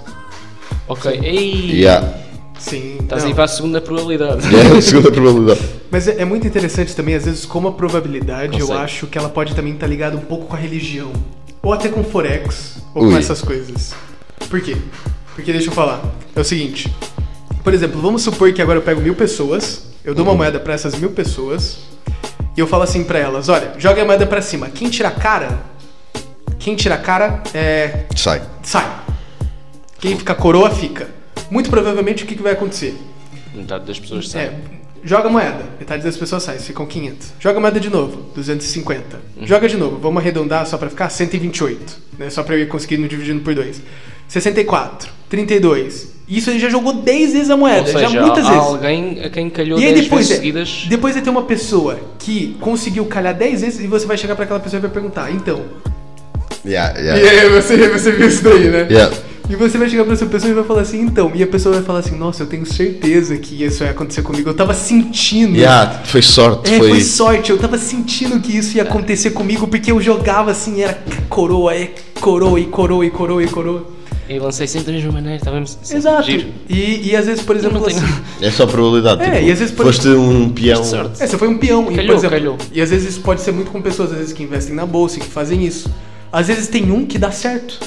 Ok. Ei! Yeah. [laughs] Sim. Estás não. aí para a segunda probabilidade. É a segunda probabilidade. Mas é, é muito interessante também, às vezes, como a probabilidade, eu Consegue. acho que ela pode também estar ligada um pouco com a religião. Ou até com Forex, ou com Ui. essas coisas. Por quê? Porque deixa eu falar. É o seguinte. Por exemplo, vamos supor que agora eu pego mil pessoas, eu Uhum. dou uma moeda pra essas mil pessoas, e eu falo assim pra elas, olha, joga a moeda pra cima. Quem tira a cara, quem tira a cara é Sai. sai. Quem fica coroa fica. Muito provavelmente o que, que vai acontecer? Metade das pessoas sabe. É, joga a moeda, metade das pessoas sai, ficam 500. Joga a moeda de novo, 250. Joga de novo, vamos arredondar só pra ficar 128, né? Só pra eu ir conseguindo dividindo por 2. 64, 32. Isso ele já jogou 10 vezes a Ou moeda, seja, já muitas há vezes. alguém a quem calhou E aí 10 depois, vezes é, seguidas. depois vai ter uma pessoa que conseguiu calhar 10 vezes e você vai chegar pra aquela pessoa e vai perguntar, então. Yeah, E é- yeah. aí você, você viu isso daí, né? Yeah. E você vai chegar pra essa pessoa e vai falar assim, então. E a pessoa vai falar assim, nossa, eu tenho certeza que isso ia acontecer comigo. Eu tava sentindo. Yeah, foi sorte. É, foi... sorte, eu tava sentindo que isso ia acontecer comigo, porque eu jogava assim, era coroa, é coroa, e coroa, e coroa, e coroa. Eu lancei sempre da mesma maneira, estava mesmo. sim, Exato. Giro. E, e às vezes, por exemplo, não tenho- assim, É só probabilidade. É, tipo, e às vezes pode- Foste um peão. Foste sorte. é, você foi um peão. e, por Calhou, exemplo, calhou. E às vezes isso pode ser muito com pessoas, às vezes, que investem na bolsa e que fazem isso. Às vezes tem um que dá certo.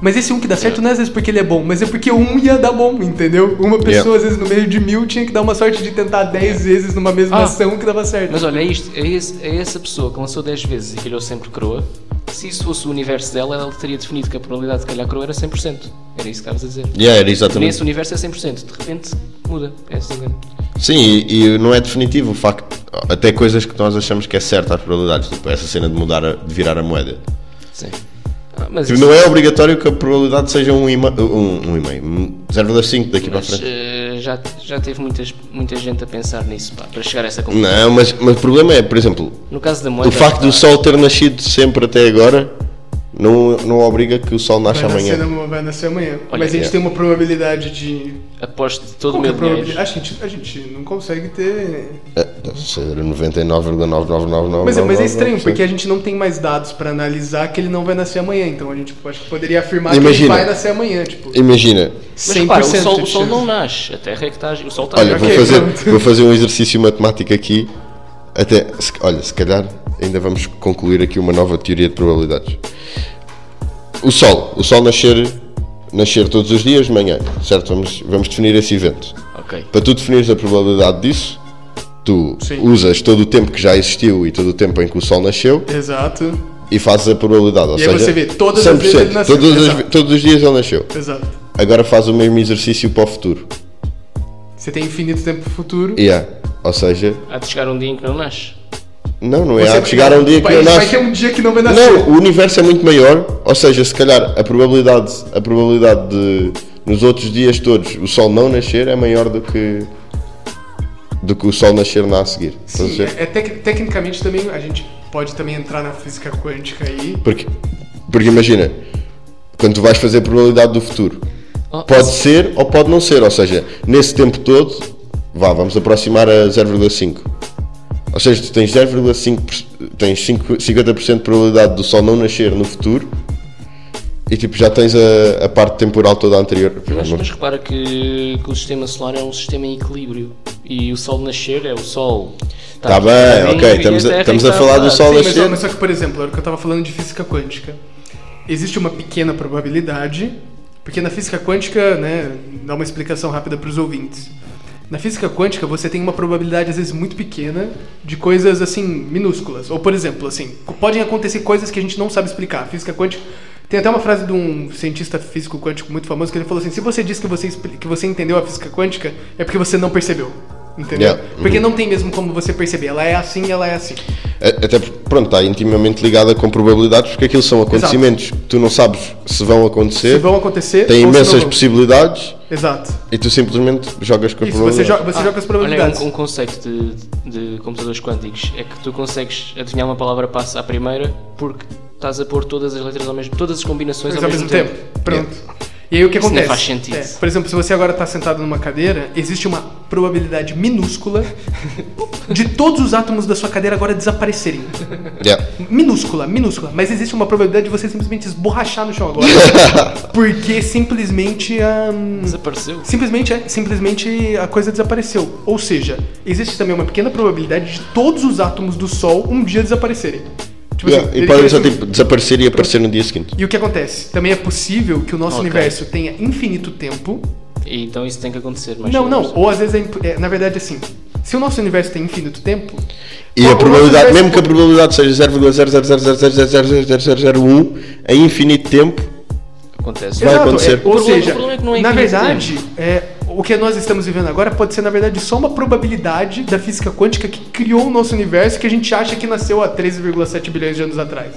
Mas esse um que dá certo não é às vezes porque ele é bom, mas é porque um ia dar bom, entendeu? Uma Yeah. pessoa, às vezes, no meio de mil, tinha que dar uma sorte de tentar dez vezes numa mesma Ah. ação que dava certo. Mas olha, é isto, é, esse- é essa pessoa que lançou 10 vezes e calhou sempre croa. Se isso fosse o universo dela, ela teria definido que a probabilidade de calhar croa era 100%. Era isso que estavas a dizer. Yeah, era exatamente. Nesse universo é 100%, de repente muda. É assim, né? Sim, e, e não é definitivo o facto. Até coisas que nós achamos que é certa as probabilidades, tipo essa cena de mudar, a- de virar a moeda. Sim. Ah, mas Tipo, isso- não é obrigatório que a probabilidade seja um e ma- um, um e meio, um 0,5 daqui para a mas, frente. eh, já, já teve muitas, muita gente a pensar nisso, pá, para chegar a essa conclusão. Não, mas, mas o problema é, por exemplo, No caso da moeda. o facto pá, do sol ter nascido sempre até agora não, não obriga que o sol nasça Vai nascer, amanhã. na- vai nascer amanhã. Olha, mas a gente yeah. tem uma probabilidade de Aposto de todo o Qual que é meu a probabilidade? dinheiro. A gente, a gente não consegue ter. É, deve ser 99,99999. Mas, é- mas é estranho, porque a gente não tem mais dados pra analisar que ele não vai nascer amanhã. Então a gente tipo, acho que poderia afirmar que ele Imagina. vai nascer amanhã, tipo. Imagina, Mas repara, o 100% sol, de o sol chance. não nasce, a terra é que está. O sol está Olha, Ok, vou, fazer, pronto. vou fazer um exercício matemático aqui. Até, se- olha, se calhar ainda vamos concluir aqui uma nova teoria de probabilidades. O Sol. O Sol nascer, nascer todos os dias de manhã, certo? Vamos, vamos definir esse evento. Ok. Para tu definires a probabilidade disso, tu Sim. usas todo o tempo que já existiu e todo o tempo em que o Sol nasceu Exato, e fazes a probabilidade. Ou E aí seja, você vê, todas as vezes ele nasceu. todas as Exato. ve- todos os dias ele nasceu. exato. Agora faz o mesmo exercício para o futuro. Você tem infinito tempo pro futuro. Yeah. Ou seja, Há de chegar um dia em que não nasce. Não, não é. Você- Há de chegar a um dia o que eu país Vai nasço. ter um dia que não vai nascer. Não, o universo é muito maior, ou seja, se calhar a probabilidade, a probabilidade de nos outros dias todos o Sol não nascer é maior do que do que o Sol nascer na a seguir. Estás a Sim, ver? é, é tec- tecnicamente também a gente pode também entrar na física quântica aí. Porque, porque imagina, Quando tu vais fazer a probabilidade do futuro. Oh, Pode ser ou pode não ser, ou seja, nesse tempo todo, vá, vamos aproximar a 0,5. Ou seja, tu tens 0,5%, por- tens 5 50% de probabilidade do sol não nascer no futuro e tipo já tens a, a parte temporal toda anterior. Mas, mas repara que, que o sistema solar é um sistema em equilíbrio e o Sol nascer é o Sol. Tá aqui, bem, bem, ok, e estamos a- Terra é estamos a está falar do lá. Sol Sim, a Sim, mas- mas, ser- ó, mas só que, por exemplo, era o que eu tava falando de física quântica. Existe uma pequena probabilidade, porque na física quântica, né, dá uma explicação rápida para os ouvintes. Na física quântica, você tem uma probabilidade às vezes muito pequena de coisas assim minúsculas. Ou por exemplo, assim, co- podem acontecer coisas que a gente não sabe explicar. A física quântica tem até uma frase de um cientista físico quântico muito famoso que ele falou assim: "Se você diz que você expli- que você entendeu a física quântica, é porque você não percebeu." Entendeu? Yeah. Porque não tem mesmo como você perceber. Ela é assim, ela é assim. A- Até porque, pronto, está intimamente ligada com probabilidades, porque aquilo são acontecimentos que tu não sabes se vão acontecer, se vão acontecer. têm ou se não imensas vão. possibilidades Exato. e tu simplesmente jogas com a Isso, probabilidade. você joga, você joga as probabilidades. Olha, um, um conceito de, de computadores quânticos é que tu consegues adivinhar uma palavra passa à primeira porque estás a pôr todas as letras ao mesmo todas as combinações Mas ao mesmo, tempo. Pronto. E aí o que Isso nem acontece? faz sentido. É, por exemplo, se você agora está sentado numa cadeira, existe uma probabilidade [laughs] minúscula de todos os átomos da sua cadeira agora desaparecerem. Yeah. Tipo Minúscula, minúscula. Mas existe uma probabilidade de você simplesmente esborrachar no chão [laughs] agora. porque simplesmente ah, hum, a. Desapareceu. Simplesmente, é- simplesmente a coisa desapareceu. Ou seja, existe também uma pequena probabilidade de todos os átomos do Sol um dia desaparecerem. Tipo Yeah, assim, E eles podem só parecem- tipo, desaparecer e aparecer no dia seguinte. E o que acontece? Também é possível que o nosso Ok. universo tenha infinito tempo. E então isso tem que acontecer. Mas não, não. Ou às vezes, é, imp- é, na verdade, assim. Se o nosso universo tem infinito tempo. E o- a o probabilidade, nosso mesmo que a universo- probabilidade seja 0,0000000001 em infinito tempo, Acontece. vai Exato, acontecer. é, ou O problema- seja, o problema é que não é na infinito verdade, é, o que nós estamos vivendo agora pode ser, na verdade, só uma probabilidade da física quântica que criou o nosso universo que a gente acha que nasceu há 13,7 bilhões de anos atrás.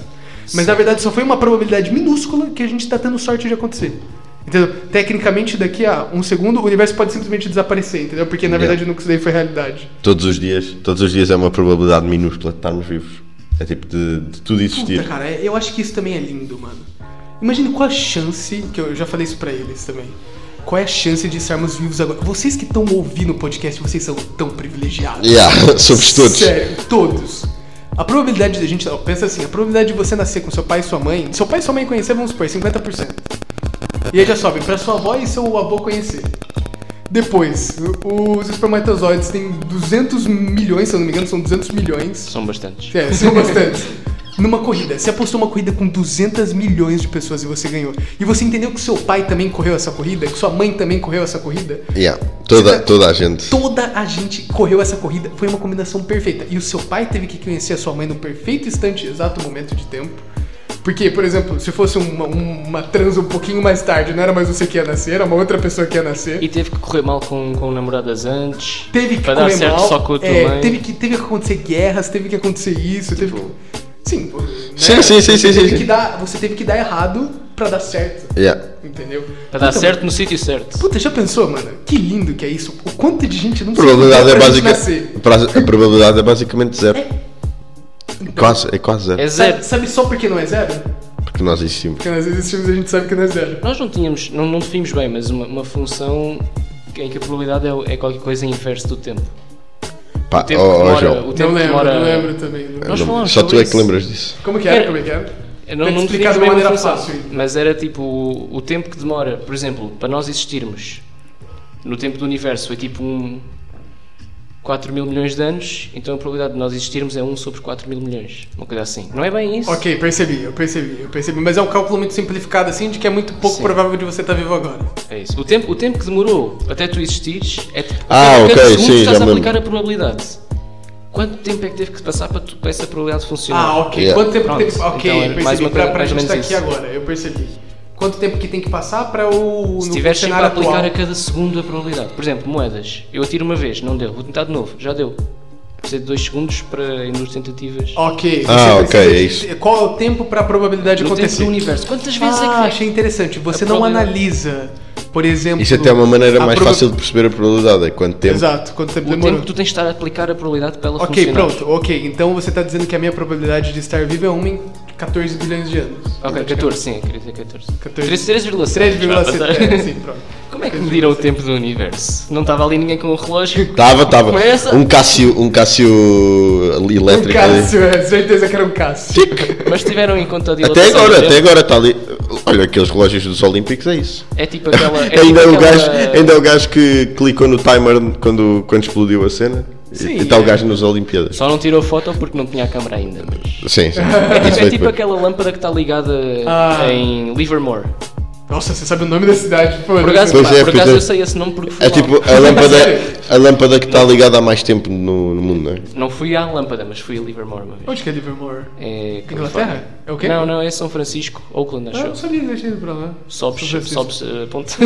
Mas, na verdade, só foi uma probabilidade minúscula que a gente está tendo sorte de acontecer. Entendeu? Tecnicamente, daqui a um segundo, o universo pode simplesmente desaparecer, entendeu? Porque, É. na verdade, nunca isso daí foi realidade. todos os dias, todos os dias é uma probabilidade minúscula de estarmos vivos. É tipo de, de tudo Puta, existir. cara, eu acho que isso também é lindo, mano. Imagina qual a chance, que eu já falei isso pra eles também. Qual é a chance de estarmos vivos agora? Vocês que estão ouvindo o podcast, vocês são tão privilegiados. Yeah, somos todos. Sério, todos. A probabilidade de a gente. ó, Pensa assim, a probabilidade de você nascer com seu pai e sua mãe. Seu pai e sua mãe conhecer, vamos supor, é 50%. E aí já sobe pra sua avó e seu avô conhecer. Depois, os espermatozoides têm 200 milhões, se eu não me engano, são 200 milhões. São bastantes. É, são bastantes. Numa corrida, você apostou uma corrida com 200 milhões de pessoas e você ganhou. E você entendeu que seu pai também correu essa corrida, que sua mãe também correu essa corrida. Yeah, toda, toda a gente. Toda a gente correu essa corrida, foi uma combinação perfeita. E o seu pai teve que conhecer a sua mãe no perfeito instante, exato momento de tempo. Porque, por exemplo, se fosse uma, uma transa um pouquinho mais tarde, não era mais você que ia nascer, era uma outra pessoa que ia nascer. E teve que correr mal com, com namoradas antes. Teve que para dar correr certo mal, só com a tua é, mãe. Teve que, teve que acontecer guerras, teve que acontecer isso, teve Tipo, que... Sim, né? Sim, sim, sim, você sim, teve sim, Que sim. dar, Você teve que dar errado pra dar certo, Yeah. entendeu? Para dar Puta, certo no sítio certo. Puta, já pensou, mano? Que lindo que é isso. O quanto de gente não A probabilidade é se fudeu pra gente básica, nascer. pra- a probabilidade é basicamente zero. Quase, é quase É zero. zero. Sabe, sabe só por que não é zero? Porque nós existimos. Porque nós existimos e a gente sabe que não é zero. Nós não tínhamos, não, não definimos bem, mas uma, uma função em que a probabilidade é, o- é qualquer coisa inverso do tempo. Pá, O tempo ó, que ó, demora- João. o tempo Não que lembro, demora. né? não lembro também. não. Nós Não- falamos Só sobre tu é que isso. lembras disso. Como que era? Era- Como é que era? Eu Não, Tem que não explicar definimos de bem uma uma maneira função, fácil. Mas era tipo o, o tempo que demora, por exemplo, para nós existirmos no tempo do universo foi tipo um 4 mil milhões de anos, então a probabilidade de nós existirmos é 1 sobre 4 mil milhões. Uma coisa assim. Não é bem isso? Ok, percebi, eu percebi, eu percebi. Mas é um cálculo muito simplificado assim, de que é muito pouco Sim. provável de você estar vivo agora. É isso. O tempo, o tempo que demorou até tu existires é tipo. Ah, a cada ok, segundo sim, tu estás já a me aplicar a probabilidade. Quanto tempo é que teve que passar para, tu, para essa probabilidade funcionar? Ah, ok. Yeah. Quanto tempo Pronto. que tem... Ok, Então, é eu percebi. mais uma pra, coisa, pra mais ou gente estar menos aqui isso. agora, eu percebi. Quanto tempo que tem que passar pra o... Se no tivesse sempre a cenário aplicar a atual? cada segundo a probabilidade. Por exemplo, moedas. Eu atiro uma vez, não deu. Vou tentar de novo, já deu. Precisa de dois segundos para em duas tentativas. Ok. você Ah, ok, precisa é de- isso. Qual é o tempo pra probabilidade no tempo acontecer? do universo. Quantas vezes Ah, é que. achei interessante. Você A não probabilidade. analisa, por exemplo... Isso até é uma maneira a mais proba- fácil de perceber a probabilidade. É quanto tempo. Exato, quanto tempo O demorou. tempo que tu tens de estar a aplicar a probabilidade para ela Ok, funcionar. pronto, ok. Então você tá dizendo que a minha probabilidade de estar vivo é 1 em 14 bilhões de anos. Ok, 14, sim, é queria dizer 14. 14. [laughs] 3,7. 3,7. É, [laughs] sim, pronto. Como é que mediram o tempo do universo? Não estava ali ninguém com o relógio? Tava, tava. Começa. Um Cássio, um Cássio ali Um elétrico ali. Cássio, é, certeza que era um Cássio. Mas tiveram em conta a dilatação Até do agora, até tempo? agora está ali. Olha, aqueles relógios dos Olímpicos é isso. É tipo aquela... É ainda, é tipo o aquela- gajo, ainda é o gajo que clicou no timer quando, quando explodiu a cena. Sim, e está é. o gajo nas Olimpíadas. Só não tirou foto porque não tinha a câmera ainda, mas... Sim, sim. É Isso tipo, é vai tipo depois. aquela lâmpada que está ligada Ah. em Livermore. Nossa, você sabe o nome da cidade, pô. Por acaso, Pois pá, é, por pois acaso é. eu sei esse nome porque fui É lá. tipo a lâmpada, a lâmpada que está Não. ligada há mais tempo no, no mundo, não é? Não fui à lâmpada, mas fui a Livermore uma vez. Onde que é Livermore? É, Inglaterra? Califórnia. É o quê? Não, não, é São Francisco, Oakland, Ah, acho eu não eu. sabia que eu tinha ido pra lá. São Sobes, Francisco. sobes, eh, ponto. [laughs]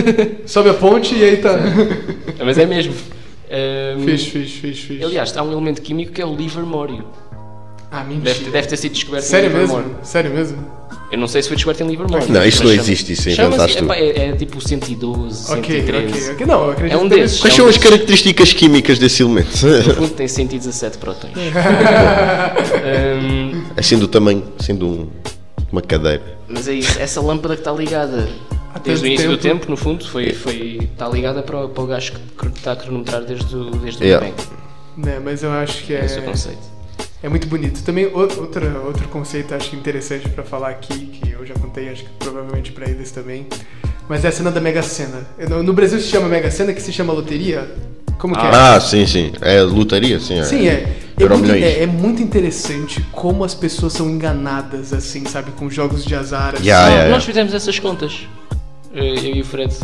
[laughs] Sobe a ponte e aí tá. mas é mesmo. [laughs] Ahm, fixe, fixe, fixe, fixe. Aliás, há um elemento químico que é o livermório. ah, Deve, mentira. deve ter sido descoberto Sério em mesmo? Livermore. Sério mesmo? Eu não sei se foi descoberto em Livermore. Não, isso mas não chama- existe, isso chama-se- inventaste tu. epá, É, é tipo 112, Ok, 113. ok, ok. Não, eu acredito É um que- desses. [laughs] Quais são as características químicas desse elemento? [laughs] No fundo tem 117 prótons. Ahm, Assim do tamanho, assim de um- uma cadeira. mas é isso, essa lâmpada que está ligada Há desde tanto o início do tempo. tempo, no fundo, foi, foi, está ligada para, o- para o gajo que que está a cronometrar desde o, desde Yeah. o Big [laughs] Bang. Né, mas eu acho que é. Esse é o conceito. É muito bonito. Também o- outra, outro conceito acho que interessante pra falar aqui, que eu já contei, acho que provavelmente pra eles também, mas é a cena da Mega Sena. Eu não- No Brasil se chama Mega Sena, que se chama loteria? Como que é? Ah, sim, sim. É lutaria, sim. é. Sim, é. É Euro muito, milhões. é- é muito interessante como as pessoas são enganadas, assim, sabe? Com jogos de azar. Ah, assim. Yeah, Não, yeah, Nós yeah. fizemos essas contas. Eh, Eu e o Fred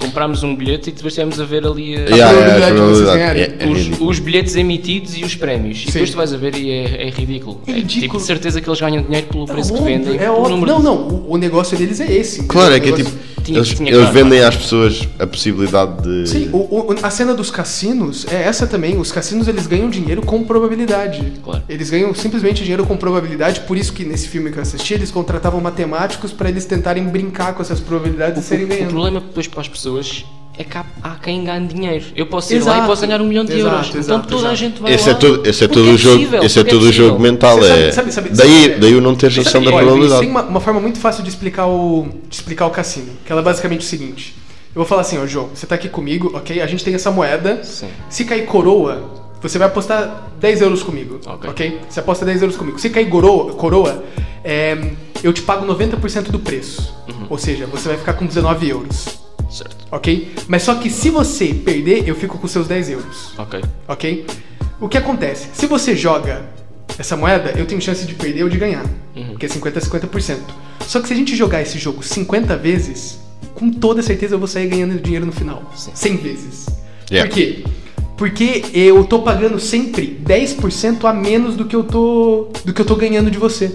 comprámos um bilhete e depois estivemos a ver ali eh, Yeah, é, yeah, probabilidade de vocês probabilidade. ganharem. É- é os, ridículo. os bilhetes emitidos e os prémios. E Sim. depois tu vais a ver e é, é ridículo. É tipo ridículo. de certeza que eles ganham dinheiro pelo É preço que óbvio, vendem. É pelo óbvio. número Não, de- não. O, o negócio deles é esse. entendeu? Claro, é O que é negócio- tipo. Tinha- eles tinha eles claro. vendem às pessoas a possibilidade de. Sim, o- o- a cena dos cassinos é essa também. Os cassinos eles ganham dinheiro com probabilidade. Claro. Eles ganham simplesmente dinheiro com probabilidade, por isso que nesse filme que eu assisti, eles contratavam matemáticos pra eles tentarem brincar com essas probabilidades e O, serem o ganhando. problema depois para as pessoas é que há, há quem ganhe dinheiro. Eu posso ir lá Exato. e posso ganhar um milhão de Exato, euros. então exato, toda a exato. gente vai Esse lá. é todo, esse é Porque todo o jogo, possível, esse é porque todo o possível. jogo mental. Você sabe- é... sabe- sabe- daí, sabe- daí eu não ter noção da Olha, Olha, tem probabilidade. uma, uma forma muito fácil de explicar o de explicar o cassino, que ela é basicamente o seguinte. Eu vou falar assim, ó, João, você tá aqui comigo, ok? A gente tem essa moeda. Sim. Se cair coroa, você vai apostar 10 euros comigo, Ok. ok? Você aposta 10 euros comigo. Se cair coroa, coroa é, eu te pago 90% do preço. Ou seja, você vai ficar com 19 euros, Certo. ok? Mas só que se você perder, eu fico com seus 10 euros Ok. ok? O que acontece? Se você joga essa moeda, eu tenho chance de perder ou de ganhar, Uhum. porque é 50 a 50%. Só que se a gente jogar esse jogo 50 vezes, com toda certeza eu vou sair ganhando dinheiro no final, Sim. 100 vezes. Yeah. Por quê? Porque eu tô pagando sempre 10% a menos do que eu tô do que eu tô ganhando de você.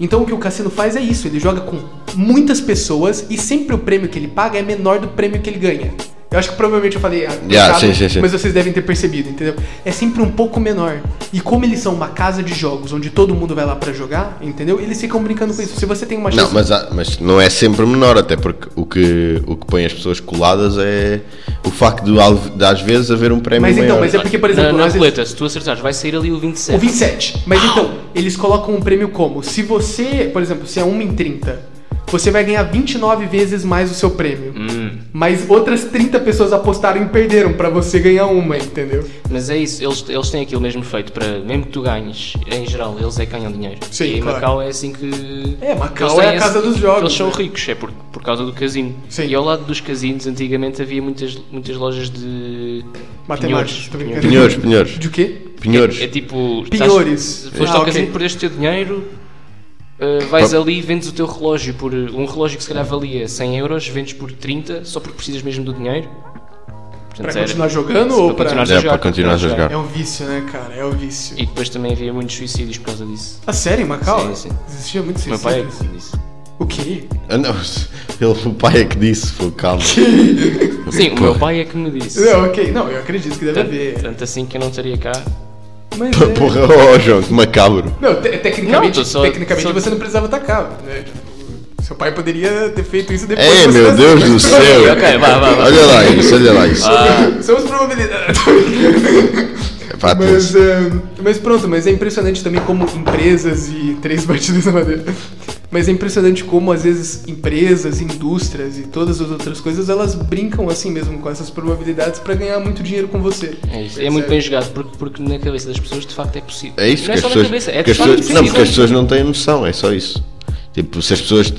Então o que o cassino faz é isso, ele joga com muitas pessoas e sempre o prêmio que ele paga é menor do prêmio que ele ganha. Eu acho que provavelmente eu falei ah, Yeah, errado, sim, sim, sim. mas vocês devem ter percebido, entendeu? É sempre um pouco menor. E como eles são uma casa de jogos onde todo mundo vai lá pra jogar, entendeu? Eles ficam brincando com isso. Se você tem uma chance Não, mas, há- mas não é sempre menor, até porque o que, o que põe as pessoas coladas é o facto de, al- de às vezes haver um prémio Mas então, maior. [laughs] mas é porque, por Na, exemplo, na às vezes- coleta, se tu acertares, vai sair ali o 27. O 27. Mas então, eles colocam um prêmio como? Se você, por exemplo, se é 1 em 30, você vai ganhar 29 vezes mais o seu prêmio. Hum. Mas outras 30 pessoas apostaram e perderam pra você ganhar uma, entendeu? Mas é isso, eles, eles têm aquilo mesmo feito para, mesmo que tu ganhes, em geral, eles é que ganham dinheiro. Sim, e em claro. Macau é assim que. É, Macau eles têm é a casa dos jogos, Eles são né? ricos, é por, por causa do casino. Sim. E ao lado dos casinos, antigamente havia muitas, muitas lojas de. Matemática, pinhores. tô brincando. Pinhores, pinhores. De o quê? Pinhores. É tipo. estás- Pinhores. Foste Ah, ao ok. casino, perdeste o teu dinheiro, ah, vais Pro- ali e vendes o teu relógio por. Um relógio que se calhar valia 100 euros, vendes por 30, só porque precisas mesmo do dinheiro. Portanto, Pra era- continuar jogando Sim, ou pra pra... continuar- É, para continuar a jogar. É um vício, né, cara? É um vício. E depois também havia muitos suicídios por causa disso. A sério, em Macau? Sim, sim. Existia muito O meu pai é suicídio. que disse. O quê? [laughs] Ah, não, [laughs] ele, o pai é que disse, pô, calma. [laughs] Sim, o Pô. meu pai é que me disse. Não, ok. Não, eu acredito que deve Tanto, haver. tanto assim que eu não estaria cá. Mas Pô, é... Porra, oh, João, que macabro. Não, te- tecnicamente, Não, tô só- tecnicamente só- você não precisava atacar, né? Tipo, seu pai poderia ter feito isso depois. É, de você meu ter- Deus [laughs] do céu. Ok, vá, vá, vá. Ah. Olha lá isso, olha lá isso. [laughs] Somos probabilidades. Vá Mas, tenso. eh, mas pronto, mas é impressionante também como empresas e três [laughs] batidas na madeira. Mas é impressionante como às vezes empresas, indústrias e todas as outras coisas elas brincam assim mesmo com essas probabilidades pra ganhar muito dinheiro com você. É, isso. é Percebe? muito bem jogado, porque, porque na cabeça das pessoas de facto é possível. É isso não que é as só pessoas. na cabeça, é que de as facto pessoas não, porque as possível. pessoas não têm noção, é só isso. Tipo, se as pessoas.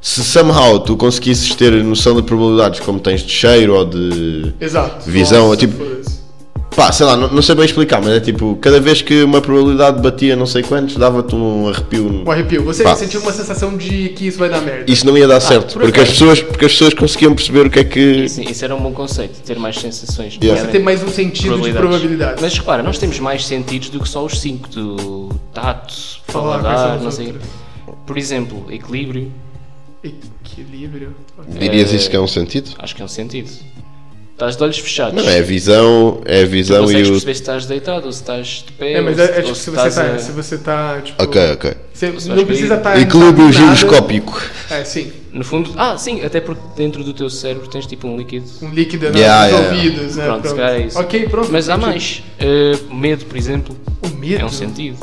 Se somehow tu conseguisses ter noção de probabilidades como tens de cheiro ou de. Exato. Visão, Nossa, tipo- foda-se. Pá, sei lá, não, não sei bem explicar, mas é tipo, cada vez que uma probabilidade batia não sei quantos, dava-te um arrepio. no- Um arrepio. Você Pá. sentiu uma sensação de que isso vai dar merda. Isso não ia dar certo, Ah, por porque as, acaso. pessoas, porque as pessoas conseguiam perceber o que é que. Sim, isso era um bom conceito, ter mais sensações. Yeah. Você tem mais um sentido de probabilidades. Mas repara, nós temos mais sentidos do que só os cinco do tato, Falar, quais paladar, são não os sei. outros? Por exemplo, equilíbrio, Equilíbrio. ok. Dirias É. isso que é um sentido? acho que é um sentido. Estás de olhos fechados. Não, é a visão, é a Tu visão consegues e o. perceber se estás deitado ou se estás de pé. É, mas ou é, se- é ou tipo se se você estás tá, a- se você tá, tipo... Ok, ok. Você Você não acha precisa que- estar... Equilíbrio giroscópico. É, sim. No fundo, ah, sim, até porque dentro do teu cérebro tens tipo um líquido. um líquido nos Yeah, yeah. ouvidos, né? Pronto, se calhar é isso. Ok, pronto. Mas há entendi. mais. Uh, medo, por exemplo, O medo. é um sentido.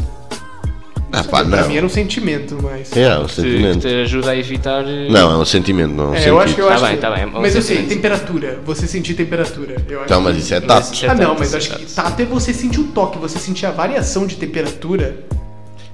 Ah, pá, Pra mim não. era um sentimento, mas. É, é um que- Que sentimento. te ajuda a evitar. uh, Não, é um sentimento, não é um É, eu acho que sentido. eu Tá acho. bem, que- tá bem, é um Mas eu sei, sentimento. temperatura. Você sentir temperatura. Eu acho Então, mas que- isso é Mas tato. isso é Ah, não, tato, mas isso é acho que tato. tá até você sentir o toque, você sentir a variação de temperatura,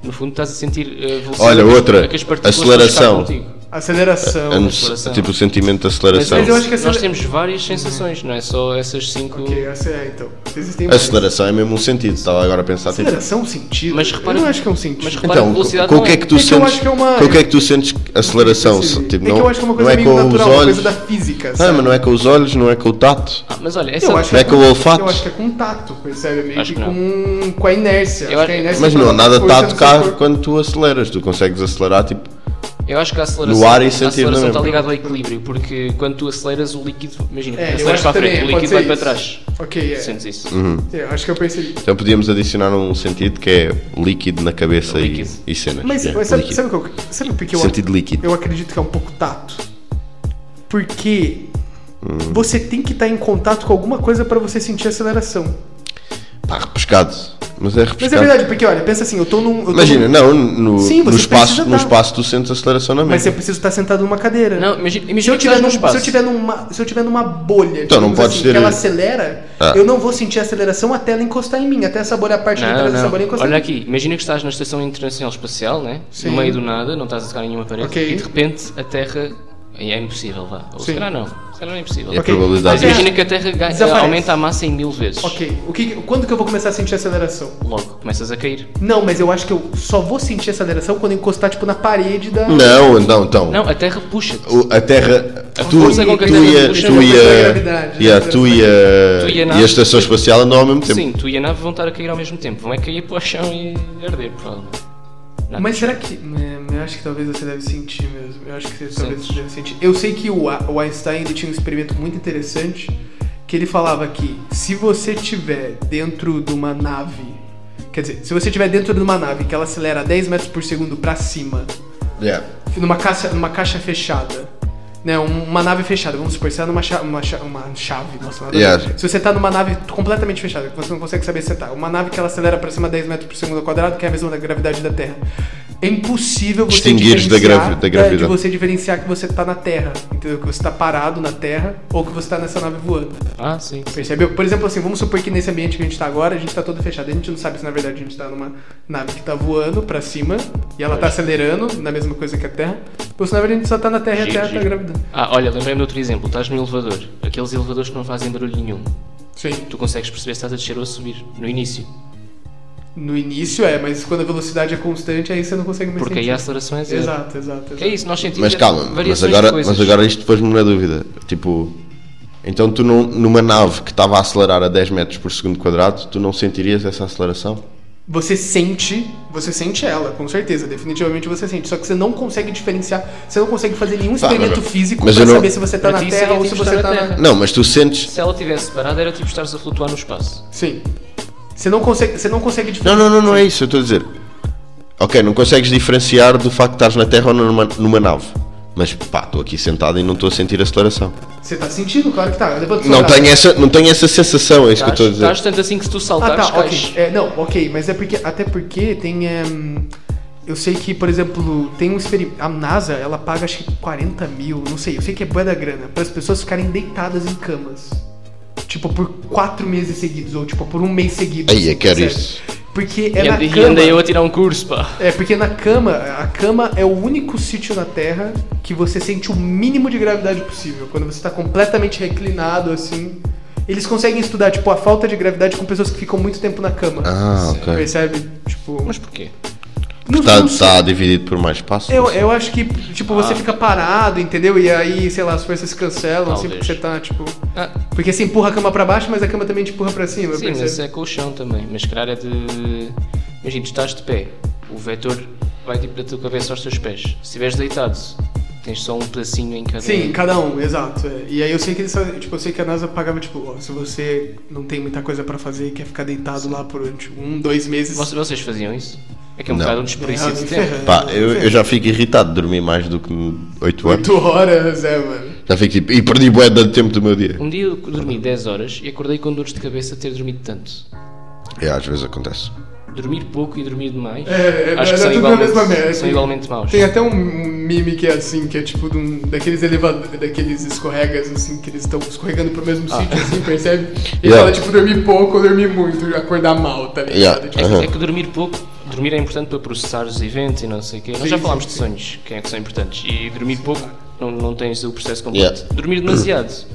No fundo, estás a sentir uh, velocidade Olha, outra, a que as partículas aceleração. estão a estar contigo. aceleração. É um- aceleração. Tipo o sentimento de Mas, aceleração. Mas eu acho que nós acelera- temos várias sensações, não é só essas cinco. Ok, essa é, então. Vocês têm mais. Aceleração é mesmo um sentido. Estava agora a pensar tipo. Aceleração, sentido. Mas repara- eu não acho que é um sentido. mas repara- Então, velocidade com o não que é. é que tu É que eu sentes? acho que é uma- Com o que é que tu sentes aceleração? Sim, Tipo, é não, que eu acho que é uma não coisa é meio com natural, os uma olhos. coisa da física. Não, sabe? mas não é com os olhos, não é com o tato. Ah, mas olha, essa Eu acho Não é com o olfato. Eu acho que é com tato, percebe? Meio Acho que que não. com, com a inércia. Eu acho que a acho- inércia Mas não, fala nada uma coisa está a no seu tocar corpo. quando tu aceleras. Tu consegues acelerar, tipo. Eu acho que a aceleração, No ar e a sentir é? aceleração também. está ligada ao equilíbrio, porque quando tu aceleras o líquido, imagina, É, eu aceleras acho para a que frente, também, o pode líquido ser vai para isso. trás. Ok, é. Sentes Uhum. isso. É, acho que eu percebi. Então podíamos adicionar um sentido que é líquido na cabeça e, Líquido. e cenas. É Mas é, Yeah, mas sabe, líquido. sabe, o que eu, sabe porque eu, Sentido líquido. eu acredito que é um pouco tato? Porque Hum. você tem que estar em contato com alguma coisa para você sentir aceleração. Pá, repescado. Mas é repescado. Mas é verdade, porque olha, pensa assim, eu tô num. eu tô Imagina, num- não, no, Sim, no você espaço, precisa no dar. espaço tu sentes aceleração na Mas mente. eu preciso estar sentado numa cadeira. Não, imagina, Se eu, imagina que tiver estás num num, se, eu espaço. tiver numa, se eu tiver numa bolha Então, não digamos pode assim, ter- que ela acelera, Ah. eu não vou sentir a aceleração até ela encostar em mim, até essa bolha, a parte de Não, trás dessa bolha não. encostar Olha em mim. aqui, imagina que estás na Estação Internacional Espacial, né? Sim. no meio do nada, não estás a tocar em nenhuma parede, Ok. e de repente a Terra. e É impossível, vá. Ou Sim. se calhar não. Se calhar não é impossível. É Ok. probabilidade. Mas Mas imagina que a Terra ganha- Desaparece. aumenta a massa em mil vezes. Ok, o que, quando que eu vou começar a sentir aceleração? Logo, começas a cair. Não, mas eu acho que eu só vou sentir aceleração quando eu encostar, tipo, na parede da. Não, não, então. Não, a Terra puxa-te. O- a Terra. Tu, força com que a tu Terra ia. puxa Tu a ia. gravidade, ia- né? Tu ia. Tu ia E na- a estação espacial andam ao mesmo tempo. Sim, tu e a nave vão estar a cair ao mesmo tempo. Vão é cair para o chão e arder, provavelmente. Não. Mas será que. É, eu acho que talvez você deve sentir mesmo. Eu acho que você, talvez Sente. você deve sentir. Eu sei que o, A- o Einstein ele tinha um experimento muito interessante que ele falava que se você tiver dentro de uma nave. Quer dizer, se você tiver dentro de uma nave que ela acelera 10 metros por segundo pra cima, Yeah. numa caixa, numa caixa fechada. Né, um- uma nave fechada, vamos supor, você tá numa cha- uma, cha- uma chave, nossa, nada a ver. Yeah. Se você tá numa nave completamente fechada, que você não consegue saber se você tá, uma nave que ela acelera pra cima 10 metros por segundo ao quadrado, que é a mesma da gravidade da Terra. É impossível você Distinguires da diferenciar é, gravi- da de gravidade. você diferenciar que você tá na Terra, entendeu? Que você tá parado na Terra ou que você tá nessa nave voando. Ah, sim. Percebeu? Por exemplo, assim, vamos supor que nesse ambiente que a gente tá agora, a gente tá todo fechado. A gente não sabe se na verdade a gente tá numa nave que tá voando pra cima e ela tá acelerando, na mesma coisa que a Terra. Ou se na verdade a gente só tá na Terra e a Giro, Terra giro. tá grávida. Ah, olha, lembrei-me de outro exemplo. Estás num elevador. Aqueles elevadores que não fazem barulho nenhum. Sim. Tu consegues perceber se estás a descer ou a subir, no início. No início é, mas quando a velocidade é constante, aí você não consegue mais Porque aí sentir. a aceleração é zero. Exato, exato, É exato. isso, nós sentimos Mas calma, mas variações agora, de coisas. mas agora isto pôs-me na dúvida. Tipo, então tu não, numa nave que estava a acelerar a 10 metros por segundo quadrado, tu não sentirias essa aceleração? Você sente, você sente ela, com certeza, definitivamente você sente. Só que você não consegue diferenciar, você não consegue fazer nenhum Tá, mas- experimento físico mas pra eu não- saber se você tá Pra na ti Terra seria ou se tipo você estar tá na na. Terra. Não, mas tu sentes. Se ela estivesse parada, era tipo estares a flutuar no É espaço. Sim. Você não consegue, você não consegue diferenciar. Não, não, não, não é isso, eu estou a dizer. Ok, não consegues diferenciar do facto de estás na Terra ou numa, numa nave. Mas pá, estou aqui sentado e não estou a sentir aceleração. Você tá sentindo? Claro que tá. Levanta o Não braço. tenho, essa, não tenho essa sensação, é isso que eu estou a dizer. Estás tanto assim que se tu Ah, saltares, tá, cais. ok. É, não, ok, mas é porque. Até porque tem. eh, eu sei que, por exemplo, tem um experimento. A NASA, ela paga acho que 40 mil, não sei, eu sei que é boa da grana, para as pessoas ficarem deitadas em camas. Tipo, por quatro meses seguidos, ou tipo, por um mês seguido. Aí, eu quero sério. isso. Porque E é na ande- e cama. andei eu a tirar um curso, pá. É, porque na cama, a cama é o único sítio na Terra que você sente o mínimo de gravidade possível. Quando você tá completamente reclinado, assim. Eles conseguem estudar, tipo, a falta de gravidade com pessoas que ficam muito tempo na cama. Ah, ok. tá, Percebe? Tipo. Mas porquê? não- Está não sei. dividido por mais espaço? Eu, não sei. eu acho que, tipo, você Ah. fica parado, entendeu? E aí, sei lá, as forças se cancelam, assim, Talvez. porque você tá, tipo. Ah, Porque você empurra a cama pra baixo, mas a cama também te empurra pra cima, Sim, percebe? mas é com o chão também. Mas se calhar é de. Imagina, tu estás de pé, o vetor vai tipo da tua cabeça aos teus pés. Se estiveres deitado, tens só um pedacinho em cada Sim, cada um, exato. é. E aí eu sei que eles fazem- tipo, eu sei que a NASA pagava, tipo, ó, se você não tem muita coisa pra fazer e quer ficar deitado lá por durante um, dois meses. né, Vocês, vocês faziam isso? É que é um Não. bocado um desperdício de tempo. Pá, eu, eu já fico irritado de dormir mais do que 8 horas. Oito horas, é, mano. Já fico tipo, e perdi bué de tempo do meu dia. Um dia eu dormi 10 horas e acordei com dores de cabeça de ter dormido tanto. É, às vezes acontece. Dormir pouco e dormir demais É, é, acho é que são, tudo na igualmente, mesma merda. são igualmente maus. Tem até um meme que é assim, que é tipo de um- daqueles elevadores, daqueles escorregas, assim, que eles estão escorregando pro mesmo Ah. sítio, assim, [laughs] percebe? E Yeah. fala, tipo, dormir pouco ou dormir muito, acordar mal, tá ligado? Yeah. Tipo, É, que- Aham. é que dormir pouco, dormir é importante para processar os eventos e não sei o quê. Nós Sim, já sim, falámos sim. de sonhos, que é que são importantes. E dormir pouco não, não tens o processo completo. Yeah. Dormir demasiado.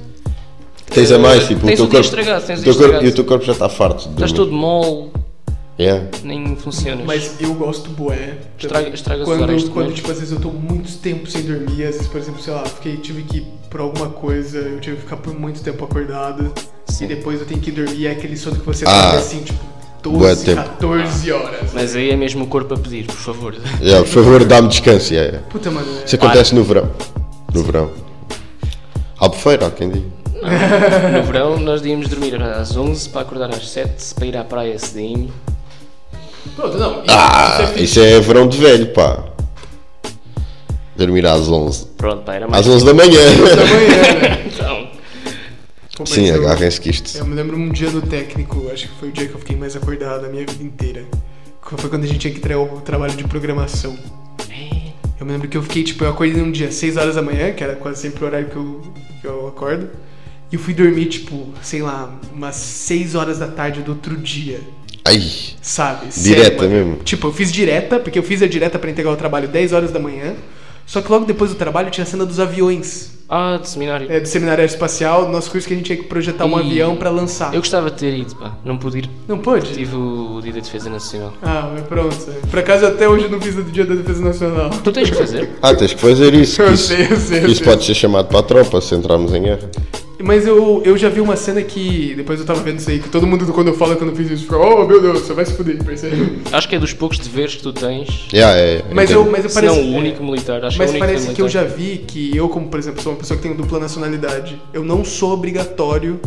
Tens a mais, tipo, Eh, Tens o teu o dia corpo. estragado, tens o o dia teu corpo- estragado. e o teu corpo já está farto. De Estás dormir. todo mole, Yeah. nem funcionas. Mas eu gosto bué. também. Estraga- estraga as quando, horas de quando comer. tipo, às vezes eu tô muito tempo sem dormir, às vezes, por exemplo, sei lá, fiquei, tive que ir por alguma coisa, eu tive que ficar por muito tempo acordado, e depois eu tenho que dormir, e é aquele sono que você Ah, dorme assim, tipo, bué 12, tempo. 14 horas. Mas aí é mesmo o corpo a pedir, por favor. Yeah, por favor, dá-me descanso. yeah, yeah. Puta, mano, é- Isso acontece no verão. No verão. Albufeira, há quem diga. No verão nós íamos dormir às 11 para acordar às 7, para ir à praia cedinho. Pronto, não. Ah, isso é verão de velho, pá. Dormir às 11. Pronto, pá, era mais. Às 11 da [laughs] manhã. [laughs] Amanhã, né? Então, Pô, mas é Sim, é eu- agarrem-se que isto. Eu me lembro um dia no técnico, acho que foi o dia que eu fiquei mais acordado da minha vida inteira. que Foi quando a gente tinha que trair o trabalho de programação. É. Eu me lembro que eu fiquei, tipo, eu acordei num dia 6 horas da manhã, que era quase sempre o horário que eu, que eu acordo. E eu fui dormir, tipo, sei lá, umas 6 horas da tarde do outro dia, Ai, sabe? Direta mano. mesmo? Tipo, eu fiz direta, porque eu fiz a direta pra entregar o trabalho 10 horas da manhã. Só que logo depois do trabalho tinha a cena dos aviões. ah, de seminário. É, do seminário aeroespacial, nosso curso que a gente tinha que projetar um Ih, avião pra lançar. Eu gostava de ter ido, pá. Não pude ir. Não pôde? Tive o dia da defesa nacional. Ah, mas pronto. Por acaso até hoje eu não fiz o dia da defesa nacional. Tu tens que fazer? Ah, tens que fazer isso. que [laughs] Eu isso, sei, eu sei, eu isso sei. pode ser chamado para a tropa se entrarmos em guerra. Mas eu, eu já vi uma cena que. Depois eu tava vendo isso aí, que todo mundo quando eu falo quando eu fiz isso, fala, oh meu Deus, você vai se fuder, percebe? Acho que é dos poucos deveres que tu tens. Yeah, é, Mas eu, entendo. mas eu um- Se parece. não o único militar, acho que é o Mas único parece militar. que eu já vi que eu, como por exemplo, sou uma pessoa que tem dupla nacionalidade, eu não sou obrigatório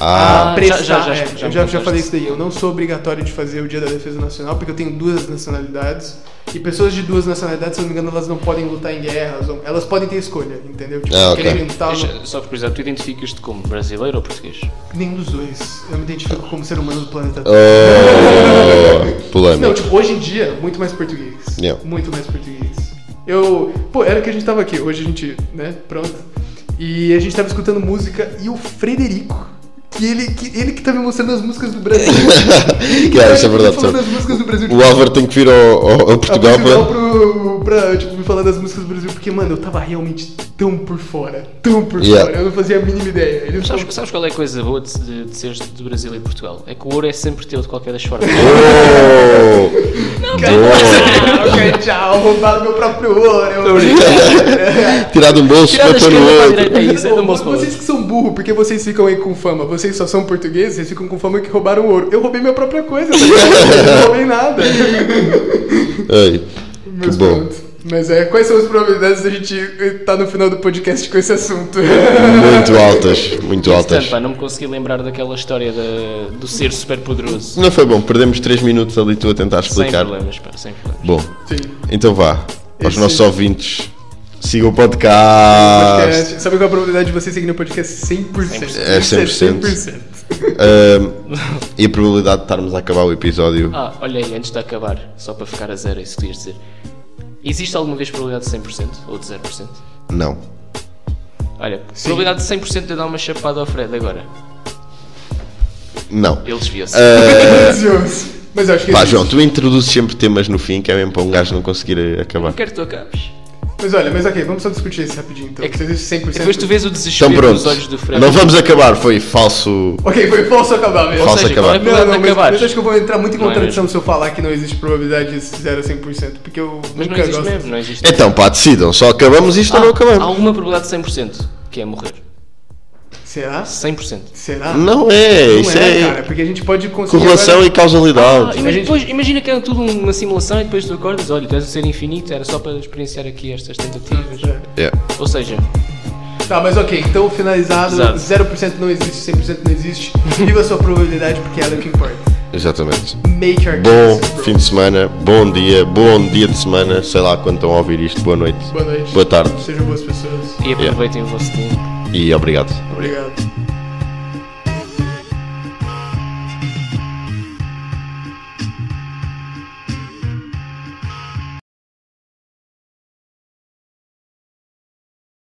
Ah, a já- prestar. já- é, já- já eu já, já contaste. falei isso daí. Eu não sou obrigatório de fazer o Dia da Defesa Nacional porque eu tenho duas nacionalidades. E pessoas de duas nacionalidades, se eu não me engano, elas não podem lutar em guerras. ou- Elas podem ter escolha, entendeu? Tipo, Ah, ok. querem lutar. Deixa- Só por curiosidade, tu identificas-te como brasileiro ou português? Nenhum dos dois. Eu me identifico como ser humano do planeta Terra. Oh, Ah, Não, polêmico. tipo, hoje em dia, muito mais português. Yeah. Muito mais português. Eu. Pô, era o que a gente tava aqui. Hoje a gente, né? Pronto. E a gente tava escutando música e o Frederico. Que ele, que ele que tá me mostrando as músicas [laughs] do Brasil. Ele que Yeah, tá isso é me verdade, falando sabe? das músicas do Brasil. O Álvaro tem que vir ao, ao- ao a Portugal Portugal para. pro, pra tipo, me falar das músicas do Brasil. Porque, mano, eu tava realmente tão por fora. Tão por Yeah. fora. Eu não fazia a mínima ideia. Ele tava- Sabes, sabes qual é a coisa boa de, de, de seres do Brasil e de Portugal? É que o ouro é sempre teu, de qualquer [laughs] das formas. Oh, boa. Ah, [laughs] ok, tchau. Roubaram meu próprio ouro. Eu... [laughs] Tirar de um bolso Tirar da para pôr no esquerda para a outro. direita, é isso, é do Ô, bolso para o vocês outro. que são burros, porque vocês ficam aí com fama. Vocês só são portugueses, vocês ficam com fama que roubaram ouro. Eu roubei minha própria coisa, tá ligado? Eu não roubei nada. Ei, que Mas bom. pronto. Mas é, quais são as probabilidades da gente estar no final do podcast com esse assunto? Muito altas, muito altas. Portanto, pá, não me consegui lembrar daquela história da- do ser super poderoso. Não foi bom, perdemos 3 minutos ali tu a tentar Sem explicar. problemas, pá, sem problemas. Bom, Sim. então vá, aos Esse- nossos ouvintes, Siga o podcast. Podcast. Sabe qual é a probabilidade de você seguir no podcast? 100%. 100%. É 100%. 100%. Ahm, e a probabilidade de estarmos a acabar o episódio. Ah, olha aí, antes de acabar, só para ficar a zero, é isso que querias dizer. Existe alguma vez probabilidade de 100% ou de 0%? Não. Olha, probabilidade de 100% de eu dar uma chapada ao Fred agora. Não. Ele desviou-se. Ah. Delicioso. Mas eu acho que Pá, existe. João, tu introduzes sempre temas no fim que é mesmo para um gajo não conseguir eh, acabar. Não quero que tu acabes. Mas olha, mas ok, vamos só discutir isso rapidinho então. É que- Se existe 100%. Depois tu vês o desespero Então pronto. nos olhos do Fred. Não vamos acabar. Foi falso. Ok, foi falso acabar mesmo. Ou Falso seja, qual é a acabar. Não, probabilidade não, de mas, acabar? mas acho que eu vou entrar muito em Não é contradição mesmo. se eu falar que não existe probabilidade de 0 a 100%, porque eu Mas não nunca existe gosto. mesmo, não é? existe. Então, pá, decidam. Só acabamos isto ou não Ah, Há acabamos? alguma probabilidade de 100%, que é morrer. Será? 100%. Será? Não é. Não isso é, é, cara, porque a gente pode conseguir. correlação e causalidade. Ah, imagina, gente- depois- imagina que era tudo um- uma simulação e depois tu acordas, olha, tu és um ser infinito, era só para experienciar aqui estas tentativas. agora- Yeah. Ou seja, É. Tá, mas ok, então finalizado, Exato. 0% não existe, 100% não existe. Viva a sua probabilidade, porque ela é o que importa. Exatamente. Make your Bom guesses, bro. fim de semana, bom dia, bom dia de semana, sei lá quando estão a ouvir isto, boa noite, Boa noite. boa tarde Sejam boas pessoas. e aproveitem o vosso tempo. e obrigado. Obrigado.